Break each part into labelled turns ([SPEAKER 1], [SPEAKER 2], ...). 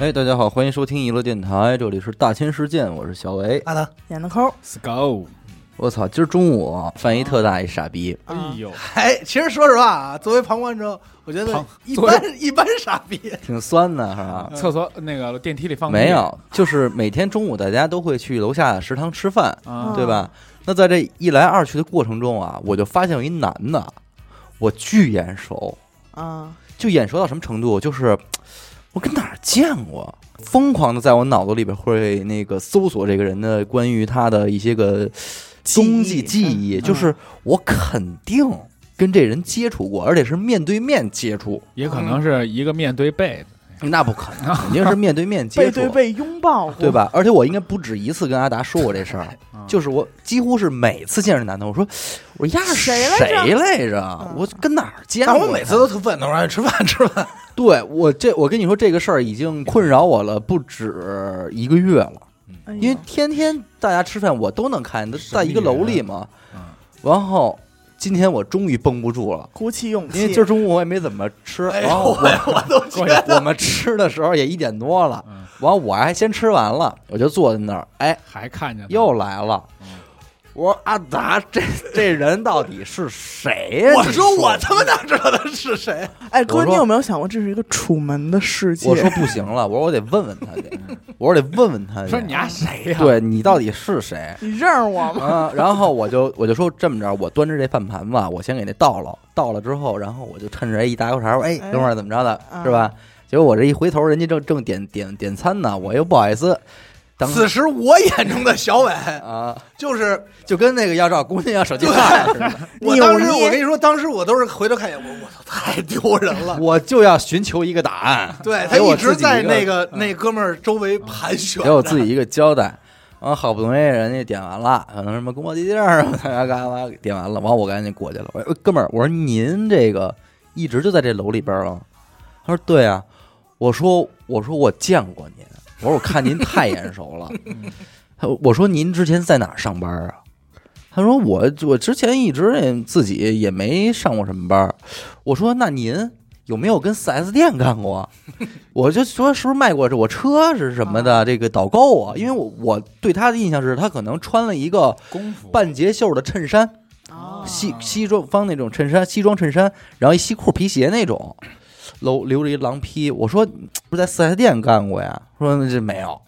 [SPEAKER 1] 哎，大家好，欢迎收听娱乐电台，这里是大千世界，我是小伟。
[SPEAKER 2] 阿达，
[SPEAKER 3] 演的抠，
[SPEAKER 4] Let's go！
[SPEAKER 1] 我操，今儿中午啊犯一特大一傻逼，
[SPEAKER 4] 哎呦，
[SPEAKER 2] 哎，其实说实话啊，作为旁观者，我觉得
[SPEAKER 4] 旁
[SPEAKER 2] 一
[SPEAKER 4] 作为
[SPEAKER 2] 般 一般傻逼。
[SPEAKER 1] 挺酸的，是吧？
[SPEAKER 4] 哎厕所那个电梯里放屁
[SPEAKER 1] 没有，就是每天中午大家都会去楼下食堂吃饭，
[SPEAKER 2] 嗯
[SPEAKER 4] 啊？
[SPEAKER 1] 对吧？那在这一来二去的过程中啊，我就发现有一男的，我巨眼熟，
[SPEAKER 3] 啊，
[SPEAKER 1] 就眼熟到什么程度？就是我跟哪儿见过，疯狂的在我脑子里边会那个搜索这个人的关于他的一些个踪迹记忆，就是我肯定跟这人接触过，而且是面对面接触，
[SPEAKER 4] 也可能是一个面对背的，
[SPEAKER 1] 那不可能，肯定是面对面接
[SPEAKER 3] 背
[SPEAKER 1] 触，
[SPEAKER 3] 对背拥抱过，
[SPEAKER 1] 对？吧？而且我应该不止一次跟阿达说过这事儿，
[SPEAKER 4] 啊
[SPEAKER 1] 就是我几乎是每次见着男的，我说我呀
[SPEAKER 3] 谁来着
[SPEAKER 1] 谁来着？我跟哪儿见
[SPEAKER 2] 但
[SPEAKER 1] 过？
[SPEAKER 2] 我每次都特问，我说吃饭吃饭。
[SPEAKER 1] 对我这，我跟你说这个事儿已经困扰我了不止一个月了，
[SPEAKER 3] 哎呦
[SPEAKER 2] 嗯
[SPEAKER 1] 因为天天大家吃饭我都能看，都在一个楼
[SPEAKER 2] 啊
[SPEAKER 1] 里嘛
[SPEAKER 4] 神秘
[SPEAKER 2] 嗯
[SPEAKER 4] 人。
[SPEAKER 1] 然后今天我终于绷不住了，
[SPEAKER 3] 鼓起勇气，
[SPEAKER 1] 因为今儿中午我也没怎么吃，
[SPEAKER 2] 哎
[SPEAKER 1] 然
[SPEAKER 2] 呦，
[SPEAKER 1] 后
[SPEAKER 2] 我我都觉得
[SPEAKER 1] 我们吃的时候也一点多了
[SPEAKER 4] 嗯，
[SPEAKER 1] 完我还先吃完了，我就坐在那儿，哎，
[SPEAKER 4] 还看见他
[SPEAKER 1] 又来了
[SPEAKER 4] 嗯。
[SPEAKER 1] 我说阿达，这这人到底是谁呀、
[SPEAKER 2] 我
[SPEAKER 1] 你
[SPEAKER 2] 说我他妈哪知道他是谁？
[SPEAKER 3] 哎，哥，
[SPEAKER 1] 我说
[SPEAKER 3] 你有没有想过这是一个楚门的世界？
[SPEAKER 1] 我说不行了，我说我得问问他去，
[SPEAKER 2] 嗯
[SPEAKER 1] 我说得问问他去。
[SPEAKER 4] 说你丫谁呀？
[SPEAKER 1] 对你到底是谁？
[SPEAKER 3] 你认识我吗？
[SPEAKER 1] 啊，然后我就我就说这么着，我端着这饭盘子啊，我先给那倒了，倒了之后，然后我就趁着一大油条，哎，
[SPEAKER 3] 哎
[SPEAKER 1] 等会儿怎么着的，
[SPEAKER 3] 啊
[SPEAKER 1] 是吧？结果我这一回头，人家正正点点点餐呢，我又不好意思，当
[SPEAKER 2] 此时我眼中的小伟
[SPEAKER 1] 啊，
[SPEAKER 2] 就是，
[SPEAKER 1] 就跟那个要找姑娘要手机号似的，
[SPEAKER 2] 我当时
[SPEAKER 3] 扭捏
[SPEAKER 2] 我跟你说，当时我都是回头看一眼，我我操，太丢人了。
[SPEAKER 1] 我就要寻求一个答案，
[SPEAKER 2] 对他
[SPEAKER 1] 给我
[SPEAKER 2] 一
[SPEAKER 1] 自
[SPEAKER 2] 直
[SPEAKER 1] 己
[SPEAKER 2] 在
[SPEAKER 1] 一
[SPEAKER 2] 那个嗯那哥们儿周围盘旋
[SPEAKER 1] 给，我自己一个交代。然后好不容易人家点完了，可能什么宫保鸡丁儿什么的， 嘎啦点完了，完我赶紧过去了。我说哥们儿，我说您这个一直就在这楼里边儿啊？他说对啊。我说我说我见过您，我说我看您太眼熟了。他我说您之前在哪儿上班啊？他说我我之前一直也自己也没上过什么班儿。我说那您有没有跟四 S 店干过 啊？我就说是不是卖过这我车是什么的这个导购啊？因为我我对他的印象是他可能穿了一个
[SPEAKER 4] 功夫
[SPEAKER 1] 半截袖的衬衫，
[SPEAKER 3] 啊
[SPEAKER 2] 哦
[SPEAKER 1] 西西装方那种衬衫，西装衬衫，然后一西裤皮鞋那种，楼留着一狼披。我说你不是在四 S 店干过呀？说那这没有。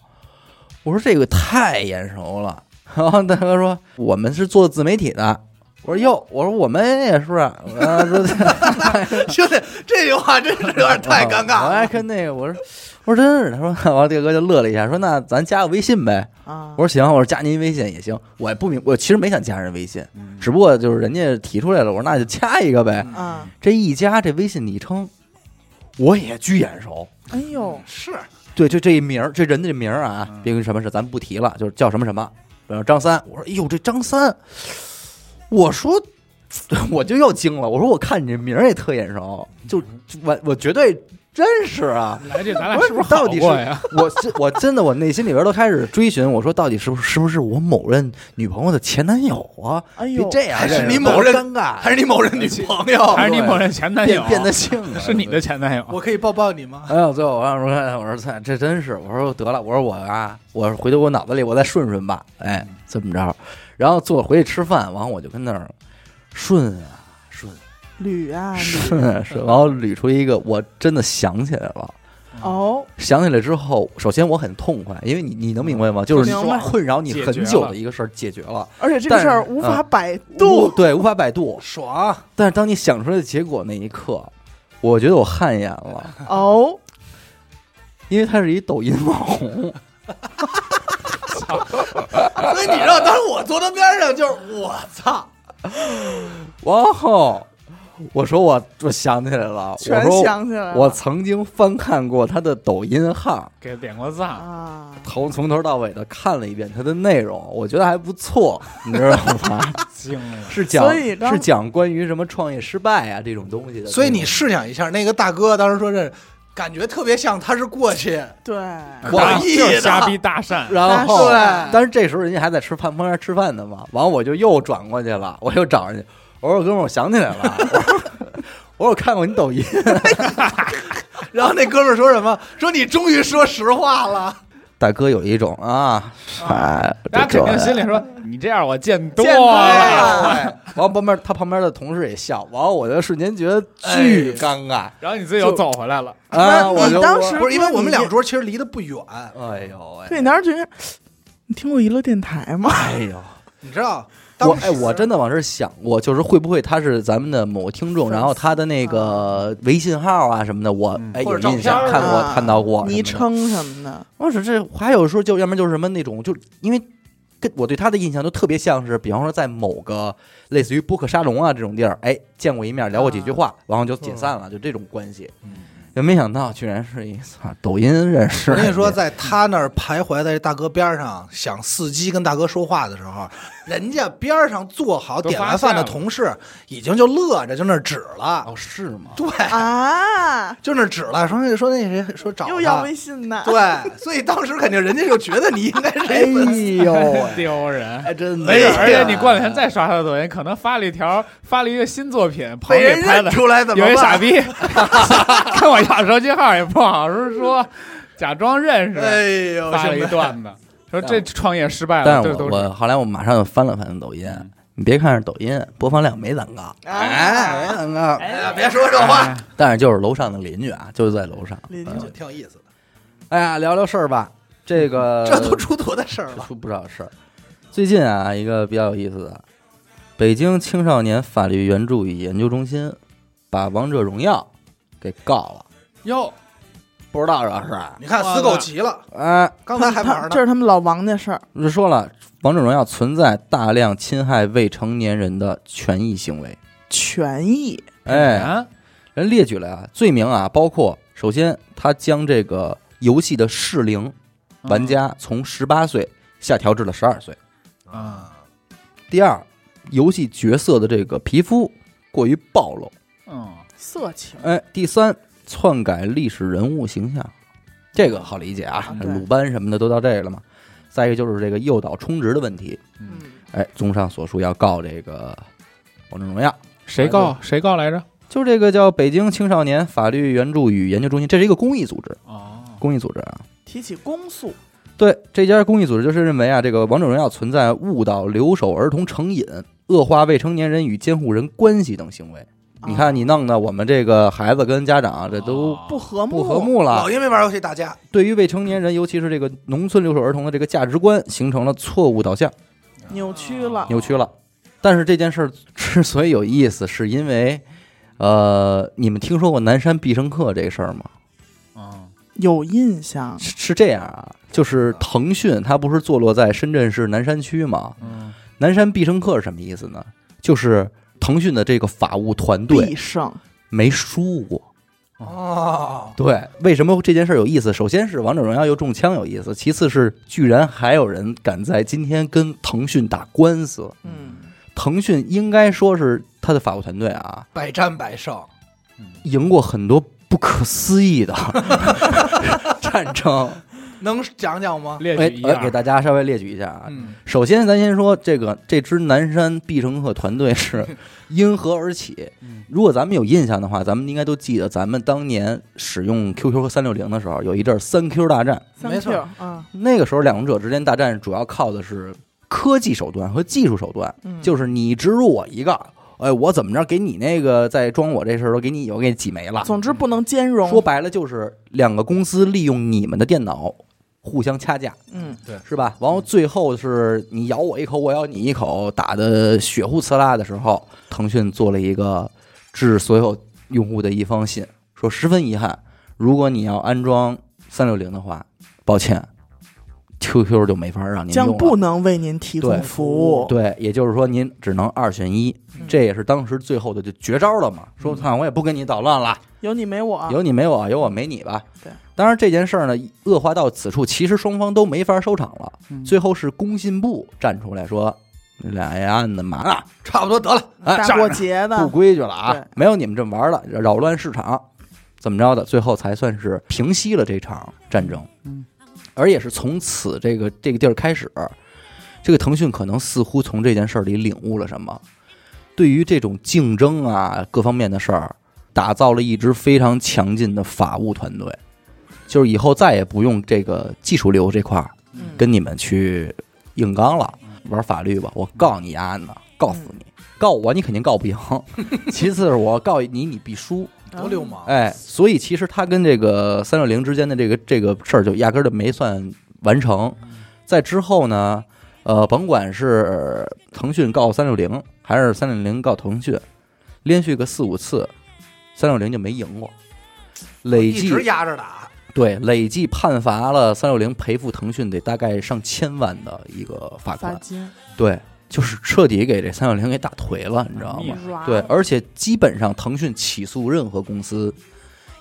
[SPEAKER 1] 我说这个太眼熟了。 然后大哥说我们是做自媒体的。我说哟，我说我们也是，然后说
[SPEAKER 2] 兄弟，这句话真是有点 太尴尬
[SPEAKER 1] 我
[SPEAKER 2] 了
[SPEAKER 1] 还。跟那个我说我说真是，他说 完这个哥就乐了一下，说那咱加个微信呗。
[SPEAKER 2] 嗯
[SPEAKER 3] 啊
[SPEAKER 1] 我，说行，我说加您微信也行，我也不明，我其实没想加人微信，
[SPEAKER 2] 嗯
[SPEAKER 1] 只不过就是人家提出来了，我说那就加一个呗。
[SPEAKER 3] 啊，
[SPEAKER 1] 这一加这微信昵称，我也巨眼熟。
[SPEAKER 3] 哎呦，
[SPEAKER 2] 是，
[SPEAKER 1] 对，就这一名儿，这人的这名儿
[SPEAKER 4] 嗯
[SPEAKER 1] 啊，别跟什么事，咱不提了，就是叫什么什么，比如张三。我说，哎呦，这张三，我说，我就又惊了，我说我看你这名儿也特眼熟，
[SPEAKER 4] 嗯
[SPEAKER 1] 就就我我绝对真是啊。
[SPEAKER 4] 来这咱俩
[SPEAKER 1] 我
[SPEAKER 4] 是
[SPEAKER 1] 说
[SPEAKER 4] 不
[SPEAKER 1] 你
[SPEAKER 4] 是好
[SPEAKER 1] 到底是
[SPEAKER 4] 过呀？
[SPEAKER 1] 我是我真的我内心里边都开始追寻，我说到底是不是是不是我某任女朋友的前男友啊？
[SPEAKER 3] 哎
[SPEAKER 1] 别
[SPEAKER 3] 呦，
[SPEAKER 1] 这样，
[SPEAKER 2] 还是
[SPEAKER 1] 这样
[SPEAKER 2] 你某任
[SPEAKER 1] 尴尬，
[SPEAKER 2] 还是你某人女朋友？
[SPEAKER 4] 还是你某人前男友
[SPEAKER 1] 变？变得性啊格
[SPEAKER 4] 是你的前男友？
[SPEAKER 2] 哎我可以抱抱你吗？
[SPEAKER 1] 哎呦，最后我让我说，我说操，这真是，我说得了，我说我啊，我回头我脑子里我再顺顺吧，哎，这么着，然后坐回去吃饭，完我就跟那儿顺啊顺
[SPEAKER 3] 捋啊捋，
[SPEAKER 1] 顺啊顺，然后捋出一个，我真的想起来了，
[SPEAKER 3] 哦，
[SPEAKER 1] 想起来之后，首先我很痛快，因为你你能明白吗？就是
[SPEAKER 3] 明白
[SPEAKER 1] 困扰你
[SPEAKER 4] 嗯解决
[SPEAKER 1] 很久
[SPEAKER 4] 了
[SPEAKER 1] 的一个事儿解决了，
[SPEAKER 3] 而且这个事儿
[SPEAKER 1] 但是嗯
[SPEAKER 3] 无法百
[SPEAKER 1] 无
[SPEAKER 3] 度，
[SPEAKER 1] 对无法百度，
[SPEAKER 2] 爽，
[SPEAKER 4] 啊
[SPEAKER 1] 但是当你想出来的结果那一刻，我觉得我汗颜了，
[SPEAKER 3] 哦，
[SPEAKER 1] 因为它是一抖音网红。
[SPEAKER 2] 所以你知道，当时我坐他边上，就是我操，
[SPEAKER 1] 然后我说我我想起来了，
[SPEAKER 3] 全
[SPEAKER 1] 我说
[SPEAKER 3] 想起来了
[SPEAKER 1] 我曾经翻看过他的抖音号，
[SPEAKER 4] 给点过赞，
[SPEAKER 3] 啊，
[SPEAKER 1] 头从头到尾的看了一遍他的内容，我觉得还不错，你知道 吗？
[SPEAKER 4] 惊了！
[SPEAKER 1] 是讲
[SPEAKER 3] 所以当
[SPEAKER 1] 是讲关于什么创业失败啊这种东西的。
[SPEAKER 2] 所以你试想一下，那个大哥当时说这，感觉特别像他是过去，
[SPEAKER 3] 对，
[SPEAKER 1] 我
[SPEAKER 4] 大
[SPEAKER 2] 意
[SPEAKER 4] 就是
[SPEAKER 2] 的
[SPEAKER 4] 瞎逼大善，
[SPEAKER 1] 然后
[SPEAKER 3] 但是，
[SPEAKER 1] 但是这时候人家还在吃饭旁边吃饭呢嘛，完我就又转过去了，我又找人家， 我说哥们儿，我想起来了，我说我说我看过你抖音，
[SPEAKER 2] 然后那哥们儿说什么？ 说你终于说实话了，
[SPEAKER 1] 大哥有一种啊，哎，
[SPEAKER 4] 大家
[SPEAKER 1] 这
[SPEAKER 4] 肯定心里说你这样我见多
[SPEAKER 2] 见多了
[SPEAKER 4] 了，
[SPEAKER 3] 啊
[SPEAKER 1] 哎，完旁边他旁边的同事也笑，完我就瞬间觉得巨
[SPEAKER 2] 哎
[SPEAKER 1] 尴尬
[SPEAKER 4] 然后你自己又走回来了，
[SPEAKER 1] 啊！
[SPEAKER 3] 不
[SPEAKER 1] 我
[SPEAKER 3] 是
[SPEAKER 1] 就
[SPEAKER 3] 你当时
[SPEAKER 2] 不是因为我们两
[SPEAKER 3] 两
[SPEAKER 2] 桌其实离得不远，
[SPEAKER 1] 哎呦喂，
[SPEAKER 3] 对，你当时觉得你听过娱乐电台吗？
[SPEAKER 1] 哎呦，
[SPEAKER 2] 你知道？
[SPEAKER 1] 我
[SPEAKER 2] 当时
[SPEAKER 1] 哎，我真的往这儿想过，就是会不会他是咱们的某个听众，
[SPEAKER 3] 粉丝
[SPEAKER 1] 然后他的那个微信号啊什么的，我
[SPEAKER 4] 嗯
[SPEAKER 1] 哎
[SPEAKER 2] 或
[SPEAKER 1] 有
[SPEAKER 2] 者照
[SPEAKER 1] 印象
[SPEAKER 2] 片儿
[SPEAKER 1] 看过
[SPEAKER 3] 啊
[SPEAKER 1] 看到过什么的
[SPEAKER 3] 昵。称什么的，
[SPEAKER 1] 我说这还有时候就要么就是什么那种，就因为跟我对他的印象都特别像是，比方说在某个类似于播客沙龙啊这种地儿，哎见过一面，聊过几句话，然后就解散了，就这种关系。也没想到居然是一操抖音认识。
[SPEAKER 2] 我跟你说，在他那儿徘徊在大哥边上，想伺机跟大哥说话的时候，人家边上坐好
[SPEAKER 4] 都
[SPEAKER 2] 点
[SPEAKER 4] 发
[SPEAKER 2] 完饭
[SPEAKER 4] 现
[SPEAKER 2] 的
[SPEAKER 4] 了
[SPEAKER 2] 同事已经就乐着就那儿指了，
[SPEAKER 1] 哦是吗？
[SPEAKER 2] 对，
[SPEAKER 3] 啊，
[SPEAKER 2] 就那儿指了，说那说那谁说找
[SPEAKER 3] 又要
[SPEAKER 2] 他
[SPEAKER 3] 微，信呢。
[SPEAKER 2] 对，所以当时肯定人家就觉得你应该是
[SPEAKER 1] 哎
[SPEAKER 2] 一粉丝
[SPEAKER 1] 呦 喂，
[SPEAKER 4] 丢人。
[SPEAKER 1] 哎真的
[SPEAKER 2] 没人
[SPEAKER 4] 而且你过两天再刷他的抖音，可能发了一条，发了一个新作品，朋
[SPEAKER 2] 被
[SPEAKER 4] 友
[SPEAKER 2] 人
[SPEAKER 4] 给拍
[SPEAKER 2] 认
[SPEAKER 4] 的，
[SPEAKER 2] 出来怎么
[SPEAKER 4] 有
[SPEAKER 2] 办？
[SPEAKER 4] 一傻逼 跟我要手机号也不好说说，假装认
[SPEAKER 2] 哎
[SPEAKER 4] 识，
[SPEAKER 2] 呦，
[SPEAKER 4] 发了
[SPEAKER 2] 兄
[SPEAKER 4] 一
[SPEAKER 2] 弟
[SPEAKER 4] 段子，说这创业失败了，
[SPEAKER 1] 但
[SPEAKER 4] 这
[SPEAKER 1] 是
[SPEAKER 4] 都
[SPEAKER 1] 我
[SPEAKER 4] 是
[SPEAKER 1] 我后来我马上就翻了翻抖音
[SPEAKER 4] 嗯，
[SPEAKER 1] 你别看是抖音播放量没咱高，
[SPEAKER 3] 啊
[SPEAKER 1] 哎没咱高，
[SPEAKER 2] 哎呀，别说这话，
[SPEAKER 4] 哎
[SPEAKER 1] 但是就是楼上的邻居啊，就是在楼上。
[SPEAKER 3] 邻
[SPEAKER 2] 挺
[SPEAKER 3] 居
[SPEAKER 2] 挺有意思的，
[SPEAKER 1] 哎呀，聊聊事儿吧，这个
[SPEAKER 2] 这都出多大事儿了？
[SPEAKER 1] 出不少事儿。最近啊，一个比较有意思的，北京青少年法律援助与研究中心把《王者荣耀》给告了，
[SPEAKER 4] 哟，
[SPEAKER 1] 不知道这啊是？
[SPEAKER 2] 你看
[SPEAKER 4] 哇
[SPEAKER 2] 死狗急了，
[SPEAKER 1] 哎，
[SPEAKER 2] 刚才还玩呢，
[SPEAKER 3] 这是他们老王家事儿，
[SPEAKER 1] 我就说了，《王者荣耀》存在大量侵害未成年人的权益行为。
[SPEAKER 3] 权益
[SPEAKER 1] 哎，
[SPEAKER 4] 啊
[SPEAKER 1] 人列举了啊，罪名啊，包括首先，他将这个游戏的适龄
[SPEAKER 4] 嗯
[SPEAKER 1] 玩家从十八岁下调至了十二岁；
[SPEAKER 4] 啊，
[SPEAKER 1] 第二，游戏角色的这个皮肤过于暴露；
[SPEAKER 4] 嗯，
[SPEAKER 3] 色情
[SPEAKER 1] 哎，第三，篡改历史人物形象，这个好理解啊
[SPEAKER 3] 啊，对
[SPEAKER 1] 鲁班什么的都到这了嘛。再一个就是这个诱导充值的问题，
[SPEAKER 4] 嗯
[SPEAKER 3] 嗯，
[SPEAKER 1] 哎，综上所述，要告这个《王者荣耀》。
[SPEAKER 4] 谁告谁告来着？
[SPEAKER 1] 就这个叫北京青少年法律援助与研究中心，这是一个公益组织，
[SPEAKER 4] 哦，
[SPEAKER 1] 公益组织啊，
[SPEAKER 3] 提起公诉，
[SPEAKER 1] 对，这家公益组织就是认为啊，这个《王者荣耀》存在误导、留守儿童成瘾、恶化未成年人与监护人关系等行为。你
[SPEAKER 3] 啊
[SPEAKER 1] 看，你弄得我们这个孩子跟家长啊这都
[SPEAKER 4] 哦
[SPEAKER 3] 不和睦，
[SPEAKER 1] 不和睦了
[SPEAKER 2] 老。因为玩游戏打架，
[SPEAKER 1] 对于未成年人，尤其是这个农村留守儿童的这个价值观，形成了错误导向，
[SPEAKER 3] 扭曲了
[SPEAKER 1] 扭曲了。但是这件事儿之所以有意思，是因为，呃，你们听说过南山必胜客这事儿吗？
[SPEAKER 4] 嗯，
[SPEAKER 3] 有印象，
[SPEAKER 1] 是是这样啊，就是腾讯它不是坐落在深圳市南山区吗？
[SPEAKER 4] 嗯
[SPEAKER 1] 南山必胜客是什么意思呢？就是腾讯的这个法务团队
[SPEAKER 3] 必胜，
[SPEAKER 1] 没输过。
[SPEAKER 2] 哦，
[SPEAKER 1] 对，为什么这件事儿有意思？首先是《王者荣耀》又中枪有意思，其次是居然还有人敢在今天跟腾讯打官司。
[SPEAKER 3] 嗯，
[SPEAKER 1] 腾讯应该说是他的法务团队啊，
[SPEAKER 2] 百战百胜，
[SPEAKER 1] 赢过很多不可思议的 战争。
[SPEAKER 2] 能讲讲吗？
[SPEAKER 4] 列
[SPEAKER 1] 哎
[SPEAKER 4] 举一，
[SPEAKER 1] 哎
[SPEAKER 4] 下，
[SPEAKER 1] 给大家稍微列举一下啊。
[SPEAKER 4] 嗯
[SPEAKER 1] 首先，咱先说这个这支南山必胜客团队是因何而起
[SPEAKER 4] 嗯。
[SPEAKER 1] 如果咱们有印象的话，咱们应该都记得，咱们当年使用 QQ 和三六零的时候，有一阵儿三 Q 大战。
[SPEAKER 2] 没错
[SPEAKER 3] Thank you，啊，
[SPEAKER 1] 那个时候，两者之间大战主要靠的是科技手段和技术手段，
[SPEAKER 3] 嗯，
[SPEAKER 1] 就是你植入我一个，哎，我怎么着给你那个再装我这事儿都给你我给挤没了。
[SPEAKER 3] 总之不能兼容，
[SPEAKER 1] 说白了就是两个公司利用你们的电脑互相掐架。
[SPEAKER 3] 嗯，
[SPEAKER 1] 是吧？然后最后是你咬我一口，我咬你一口，打的血呼呲啦的时候，腾讯做了一个致所有用户的一封信，说十分遗憾，如果你要安装三六零的话，抱歉，QQ 就没法让您用
[SPEAKER 3] 将
[SPEAKER 1] 了
[SPEAKER 3] 不能为您提
[SPEAKER 1] 对
[SPEAKER 3] 供服务，
[SPEAKER 1] 对，也就是说您只能二选一，
[SPEAKER 3] 嗯
[SPEAKER 1] 这也是当时最后的就绝招了嘛。说看我也不跟你捣乱了，
[SPEAKER 3] 有你没我，
[SPEAKER 1] 有你没我，有我没你吧。
[SPEAKER 3] 啊对，
[SPEAKER 1] 当然这件事儿呢，恶化到此处，其实双方都没法收场了。
[SPEAKER 3] 嗯
[SPEAKER 1] 最后是工信部站出来说，你俩呀，你嘛呢？
[SPEAKER 2] 差不多得了，
[SPEAKER 1] 哎
[SPEAKER 3] 大过节
[SPEAKER 1] 不
[SPEAKER 3] 的，
[SPEAKER 1] 规矩了啊
[SPEAKER 3] 对，
[SPEAKER 1] 没有你们这么玩了，扰乱市场，怎么着的？最后才算是平息了这场战争。
[SPEAKER 4] 嗯，
[SPEAKER 1] 而也是从此这个这个地儿开始，这个腾讯可能似乎从这件事儿里领悟了什么，对于这种竞争啊各方面的事儿，打造了一支非常强劲的法务团队，就是以后再也不用这个技术流这块儿
[SPEAKER 3] 嗯
[SPEAKER 1] 跟你们去硬刚了，
[SPEAKER 2] 嗯
[SPEAKER 1] 玩法律吧，我告你丫的，告死你！告我你肯定告不 赢，其次是我告你你必输，
[SPEAKER 3] 嗯啊
[SPEAKER 2] 多流氓！
[SPEAKER 1] 哎，所以其实他跟这个三六零之间的这个这个事儿就压根儿就没算完成。
[SPEAKER 2] 嗯
[SPEAKER 1] 在之后呢，呃，甭管是腾讯告三六零，还是三六零告腾讯，连续个四五次，三六零就没赢过，累
[SPEAKER 2] 哦一
[SPEAKER 1] 计
[SPEAKER 2] 直压着打，
[SPEAKER 1] 对累计判罚了三六零赔付腾讯得大概上千万的一个罚
[SPEAKER 3] 罚
[SPEAKER 1] 款，
[SPEAKER 3] 金，
[SPEAKER 1] 对，就是彻底给这三六零给打颓了，你知道吗？
[SPEAKER 3] 软
[SPEAKER 1] 对，而且基本上腾讯起诉任何公司，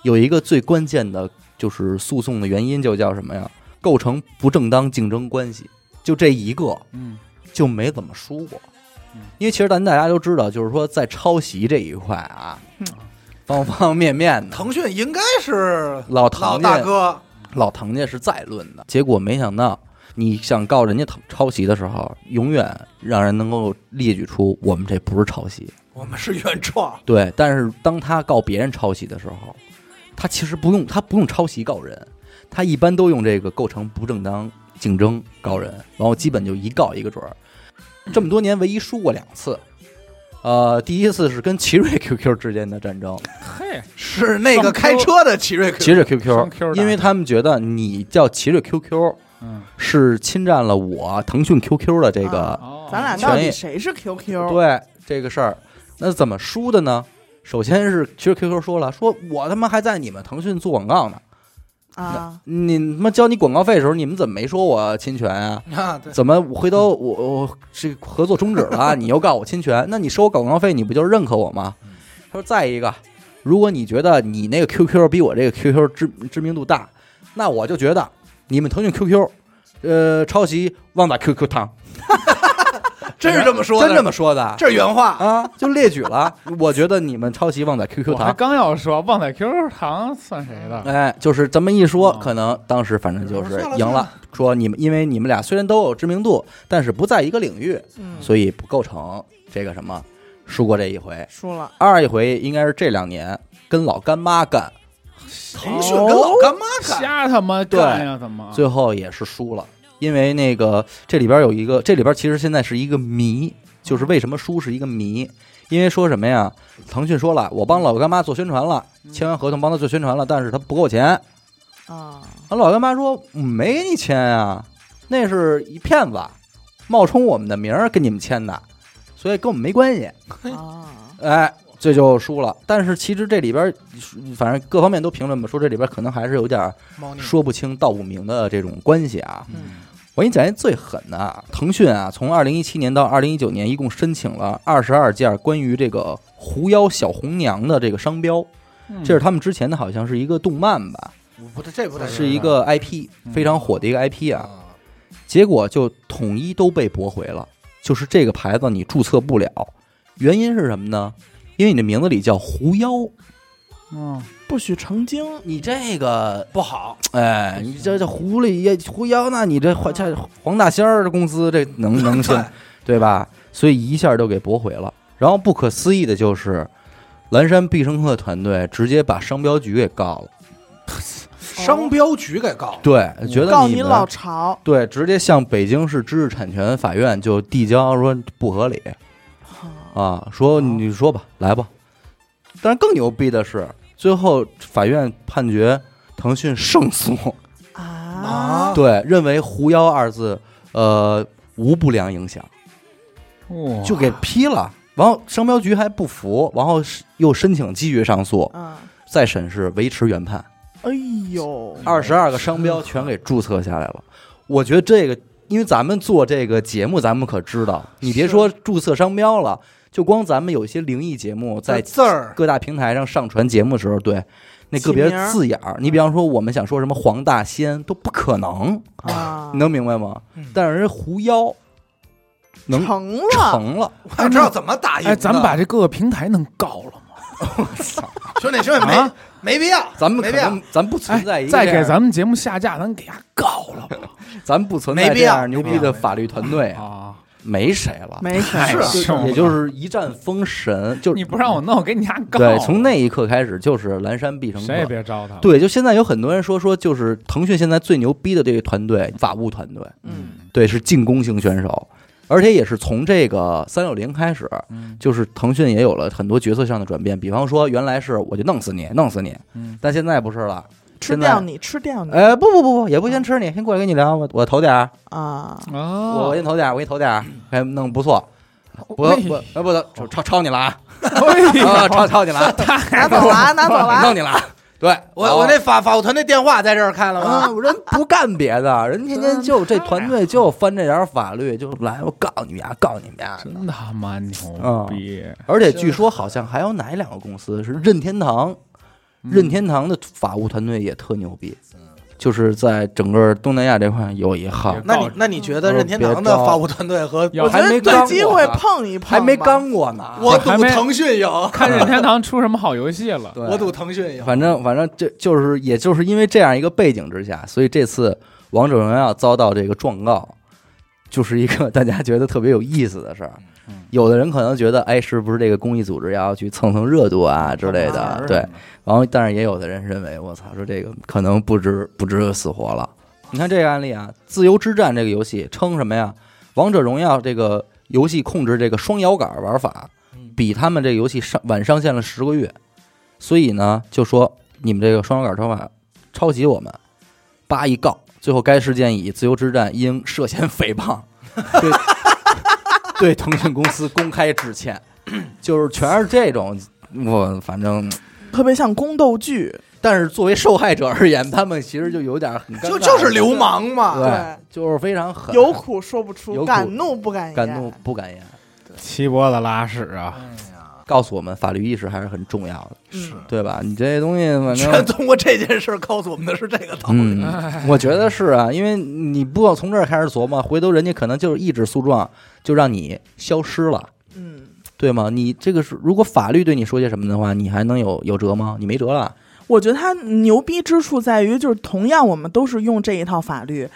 [SPEAKER 1] 有一个最关键的就是诉讼的原因就叫什么呀？构成不正当竞争关系，就这一个
[SPEAKER 4] 嗯，
[SPEAKER 1] 就没怎么输过
[SPEAKER 4] 嗯。
[SPEAKER 1] 因为其实咱大家都知道，就是说在抄袭这一块啊
[SPEAKER 3] 嗯，
[SPEAKER 1] 方方面面的，
[SPEAKER 2] 腾讯应该是
[SPEAKER 1] 老
[SPEAKER 2] 老
[SPEAKER 1] 唐
[SPEAKER 2] 大
[SPEAKER 1] 家
[SPEAKER 2] 哥，
[SPEAKER 1] 老唐家是再论的，结果没想到。你想告人家抄抄袭的时候，永远让人能够列举出我们这不是抄袭，
[SPEAKER 2] 我们是原创，
[SPEAKER 1] 对，但是当他告别人抄袭的时候，他其实不用他不用抄袭告人，他一般都用这个构成不正当竞争告人，然后基本就一告一个准儿。这么多年，唯一输过两次。呃，第一次是跟奇瑞 QQ 之间的战 争，
[SPEAKER 4] 嘿，
[SPEAKER 2] 是那个开车的奇瑞 Q，
[SPEAKER 1] 奇瑞
[SPEAKER 4] 双
[SPEAKER 1] QQ，
[SPEAKER 4] Q 打
[SPEAKER 1] 因为他们觉得你叫奇瑞 QQ
[SPEAKER 4] 嗯，
[SPEAKER 1] 是侵占了我腾讯 QQ 的这个
[SPEAKER 4] 哦
[SPEAKER 3] 咱俩
[SPEAKER 1] 全
[SPEAKER 3] 到底
[SPEAKER 1] 也
[SPEAKER 3] 谁是 QQ？，
[SPEAKER 1] 对这个事儿，那怎么输的呢？首先是，其实 QQ 说了，说我他妈还在你们腾讯做广告呢，
[SPEAKER 3] 啊，
[SPEAKER 1] 你他妈交你广告费的时候，你们怎么没说我侵权啊？
[SPEAKER 2] 啊，对，
[SPEAKER 1] 怎么我回头我我这合作终止了，你又告我侵权？那你收我广告费，你不就认可我吗？他说再一个，如果你觉得你那个 QQ 比我这个 QQ 知知名度大，那我就觉得你们腾讯 QQ，呃，抄袭旺达 QQ 汤，
[SPEAKER 2] 真是这么说的，
[SPEAKER 1] 真这么说的，
[SPEAKER 2] 这是原话，
[SPEAKER 1] 啊，就列举了。我觉得你们抄袭旺仔 QQ
[SPEAKER 4] 我还
[SPEAKER 1] 糖，
[SPEAKER 4] 刚要说旺仔 QQ 糖算谁的？
[SPEAKER 1] 哎，就是这么一说，
[SPEAKER 2] 嗯
[SPEAKER 4] 哦
[SPEAKER 1] 可能当时反正就是
[SPEAKER 2] 算了
[SPEAKER 1] 赢
[SPEAKER 2] 算
[SPEAKER 1] 了
[SPEAKER 2] 了。
[SPEAKER 1] 说你们，因为你们俩虽然都有知名度，但是不在一个领域，
[SPEAKER 3] 嗯，
[SPEAKER 1] 所以不构成这个什么输过这一回。
[SPEAKER 3] 输了，
[SPEAKER 1] 二一回应该是这两年跟老干妈干，
[SPEAKER 2] 腾讯跟老干妈干，
[SPEAKER 4] 瞎他妈干呀？怎么？
[SPEAKER 1] 最后也是输了，因为那个这里边有一个，这里边其实现在是一个谜，就是为什么输是一个谜，因为说什么呀？腾讯说了，我帮老干妈做宣传了，签完合同帮他做宣传了，但是他不够钱。
[SPEAKER 3] 啊，
[SPEAKER 1] 啊，老干妈说没你签啊，那是一骗子，冒充我们的名儿跟你们签的，所以跟我们没关系。
[SPEAKER 3] 啊，
[SPEAKER 1] 哎，这就输了。但是其实这里边，反正各方面都评论吧，说这里边可能还是有点儿
[SPEAKER 2] 猫腻
[SPEAKER 1] 说不清道不明的这种关系啊。
[SPEAKER 3] 嗯
[SPEAKER 1] 我给你讲一最狠的啊，腾讯啊，从二零一七年到二零一九年，一共申请了二十二件关于这个狐妖小红娘的这个商标，
[SPEAKER 4] 嗯
[SPEAKER 1] 这是他们之前的好像是一个动漫吧，
[SPEAKER 2] 不对，这不对，
[SPEAKER 1] 是一个 IP
[SPEAKER 4] 嗯
[SPEAKER 1] 非常火的一个 IP 啊，
[SPEAKER 2] 啊，
[SPEAKER 1] 结果就统一都被驳回了，就是这个牌子你注册不了，原因是什么呢？因为你的名字里叫狐妖，
[SPEAKER 4] 嗯，
[SPEAKER 3] 不许成精，
[SPEAKER 1] 你这个
[SPEAKER 2] 不好，
[SPEAKER 1] 哎，你这这狐狸也狐妖，那你这黄这黄大仙儿的公司这能能信 对吧？所以一下就给驳回了。然后不可思议的就是，蓝山必胜客团队直接把商标局给告了，
[SPEAKER 2] 商标局给告了，
[SPEAKER 1] 对，觉得
[SPEAKER 3] 告
[SPEAKER 1] 嗯你
[SPEAKER 3] 你
[SPEAKER 1] 们
[SPEAKER 3] 老巢，
[SPEAKER 1] 对，直接向北京市知识产权法院就递交说不合理
[SPEAKER 3] 啊
[SPEAKER 1] 啊，说你说吧，来吧。但是更牛逼的是，最后法院判决腾讯胜诉。
[SPEAKER 3] 啊，
[SPEAKER 1] 对，认为“狐妖”二字，呃，无不良影响，
[SPEAKER 4] 哇
[SPEAKER 1] 就给批了。然后商标局还不服，然后是又申请继续上诉，
[SPEAKER 3] 嗯，
[SPEAKER 1] 再审视维持原判，
[SPEAKER 3] 哎呦，
[SPEAKER 1] 二十二个商标全给注册下来了。我觉得这个，因为咱们做这个节目，咱们可知道，你别说注册商标了，就光咱们有一些灵异节目在
[SPEAKER 2] 字儿
[SPEAKER 1] 各大平台上上传节目的时候，对那个别
[SPEAKER 3] 起名儿
[SPEAKER 1] 字眼儿，你比方说我们想说什么黄大仙都不可能，
[SPEAKER 3] 啊
[SPEAKER 1] 你，能明白吗
[SPEAKER 2] 嗯？
[SPEAKER 1] 但是人家狐妖能
[SPEAKER 3] 成了，
[SPEAKER 1] 成了，
[SPEAKER 2] 我想知道怎么打赢的。
[SPEAKER 4] 哎，咱们把这各个平台能告了吗？
[SPEAKER 2] 兄弟兄弟没
[SPEAKER 4] 啊
[SPEAKER 2] 没必要，
[SPEAKER 1] 咱们
[SPEAKER 2] 没
[SPEAKER 1] 可
[SPEAKER 2] 必要
[SPEAKER 1] 能，咱不存在
[SPEAKER 4] 哎
[SPEAKER 1] 一，个
[SPEAKER 4] 再
[SPEAKER 1] 这样
[SPEAKER 4] 给咱们 节目下架，咱给他告了吧？
[SPEAKER 1] 咱不存在
[SPEAKER 2] 没
[SPEAKER 1] 这
[SPEAKER 2] 必要
[SPEAKER 1] 样牛逼的法律团队啊，
[SPEAKER 4] 啊，
[SPEAKER 1] 没谁了，
[SPEAKER 3] 没事儿
[SPEAKER 1] 哎
[SPEAKER 4] 太
[SPEAKER 3] 就
[SPEAKER 4] 凶了
[SPEAKER 1] 也就是一战封神，就是
[SPEAKER 4] 你不让我弄，我给你家告。
[SPEAKER 1] 对，从那一刻开始就是蓝山必胜
[SPEAKER 4] 谁也
[SPEAKER 1] 客。
[SPEAKER 4] 别招他。，
[SPEAKER 1] 对，就现在有很多人说说，就是腾讯现在最牛逼的这个团队，法务团队，
[SPEAKER 3] 嗯，
[SPEAKER 1] 对，是进攻型选手，而且也是从这个三六零开始，
[SPEAKER 4] 嗯
[SPEAKER 1] 就是腾讯也有了很多角色上的转变，比方说原来是我就弄死你，弄死你，
[SPEAKER 4] 嗯
[SPEAKER 1] 但现在不是了，
[SPEAKER 3] 吃掉你，吃掉你
[SPEAKER 1] 哎，不不不不，也不先吃你，先过来跟你聊，我我投点儿，
[SPEAKER 3] 啊！
[SPEAKER 4] 哦，
[SPEAKER 1] 我给你投点儿，我给你投点儿，还弄不错，不不哎不得抄抄抄你了啊，啊抄抄你了啊，
[SPEAKER 3] 拿走了啊，拿走了 啊。
[SPEAKER 1] 弄你了啊，对
[SPEAKER 2] 我我那法法务团队电话在这儿看了吗？
[SPEAKER 1] 嗯，人不干别的，人天天就这团队就翻这点儿法律，就来我告你们呀，告你们啊呀。
[SPEAKER 4] 真他妈牛
[SPEAKER 1] 嗯
[SPEAKER 4] 逼！
[SPEAKER 1] 而且据说好像还有哪两个公司是任天堂，
[SPEAKER 2] 嗯
[SPEAKER 1] 任天堂的法务团队也特牛逼，就是在整个东南亚这块有一号
[SPEAKER 4] 也，
[SPEAKER 2] 那你那你觉得任天堂
[SPEAKER 1] 别
[SPEAKER 2] 的
[SPEAKER 1] 招
[SPEAKER 2] 法务团队和
[SPEAKER 4] 要
[SPEAKER 3] 我觉
[SPEAKER 1] 还
[SPEAKER 3] 得
[SPEAKER 1] 没
[SPEAKER 3] 对
[SPEAKER 1] 刚
[SPEAKER 3] 机
[SPEAKER 1] 过
[SPEAKER 3] 会
[SPEAKER 1] 呢
[SPEAKER 3] 碰一碰，
[SPEAKER 1] 还没。刚过呢。
[SPEAKER 2] 我赌
[SPEAKER 4] 还没
[SPEAKER 2] 腾讯有，
[SPEAKER 4] 看任天堂出什么好游戏了？
[SPEAKER 1] 对
[SPEAKER 2] 我赌腾讯有。
[SPEAKER 1] 反正反正这就是也就是因为这样一个背景之下，所以这次《王者荣耀》遭到这个状告，就是一个大家觉得特别有意思的事儿
[SPEAKER 4] 嗯。
[SPEAKER 1] 有的人可能觉得，哎，是不是这个公益组织也要去蹭蹭热度啊之类
[SPEAKER 3] 啊
[SPEAKER 1] 的？对，然后但是也有的人认为，我操，说这个可能不值不值死活了。你看这个案例啊，《自由之战》这个游戏称什么呀？《王者荣耀》这个游戏控制这个双摇杆玩法，比他们这个游戏上晚上线了十个月，所以呢，就说你们这个双摇杆玩法抄袭我们，八一告，最后该事件以《自由之战》因涉嫌诽谤，对对腾讯公司公开致歉， 就是全是这种，我反正。
[SPEAKER 3] 特别像宫斗剧，
[SPEAKER 1] 但是作为受害者而言，他们其实就有点很尴尬，
[SPEAKER 2] 就就是流氓嘛，
[SPEAKER 1] 对
[SPEAKER 3] 对，
[SPEAKER 1] 就是非常狠，
[SPEAKER 3] 有苦说不
[SPEAKER 1] 有
[SPEAKER 3] 出，
[SPEAKER 1] 苦
[SPEAKER 3] 敢怒不敢言。
[SPEAKER 1] 敢怒不敢言。
[SPEAKER 4] 七波子拉屎
[SPEAKER 1] 嗯
[SPEAKER 4] 啊！
[SPEAKER 1] 告诉我们，法律意识还是很重要的，
[SPEAKER 3] 是
[SPEAKER 1] 对吧？你这些东西，反
[SPEAKER 2] 全
[SPEAKER 1] 正，
[SPEAKER 2] 通过这件事儿告诉我们的是这个道理。
[SPEAKER 1] 嗯，我觉得是啊，因为你不要从这儿开始琢磨，回头人家可能就是一纸诉状就让你消失了，
[SPEAKER 3] 嗯，
[SPEAKER 1] 对吗？你这个是，如果法律对你说些什么的话，你还能有有辙吗？你没辙了。
[SPEAKER 3] 我觉得他牛逼之处在于，就是同样我们都是用这一套法律，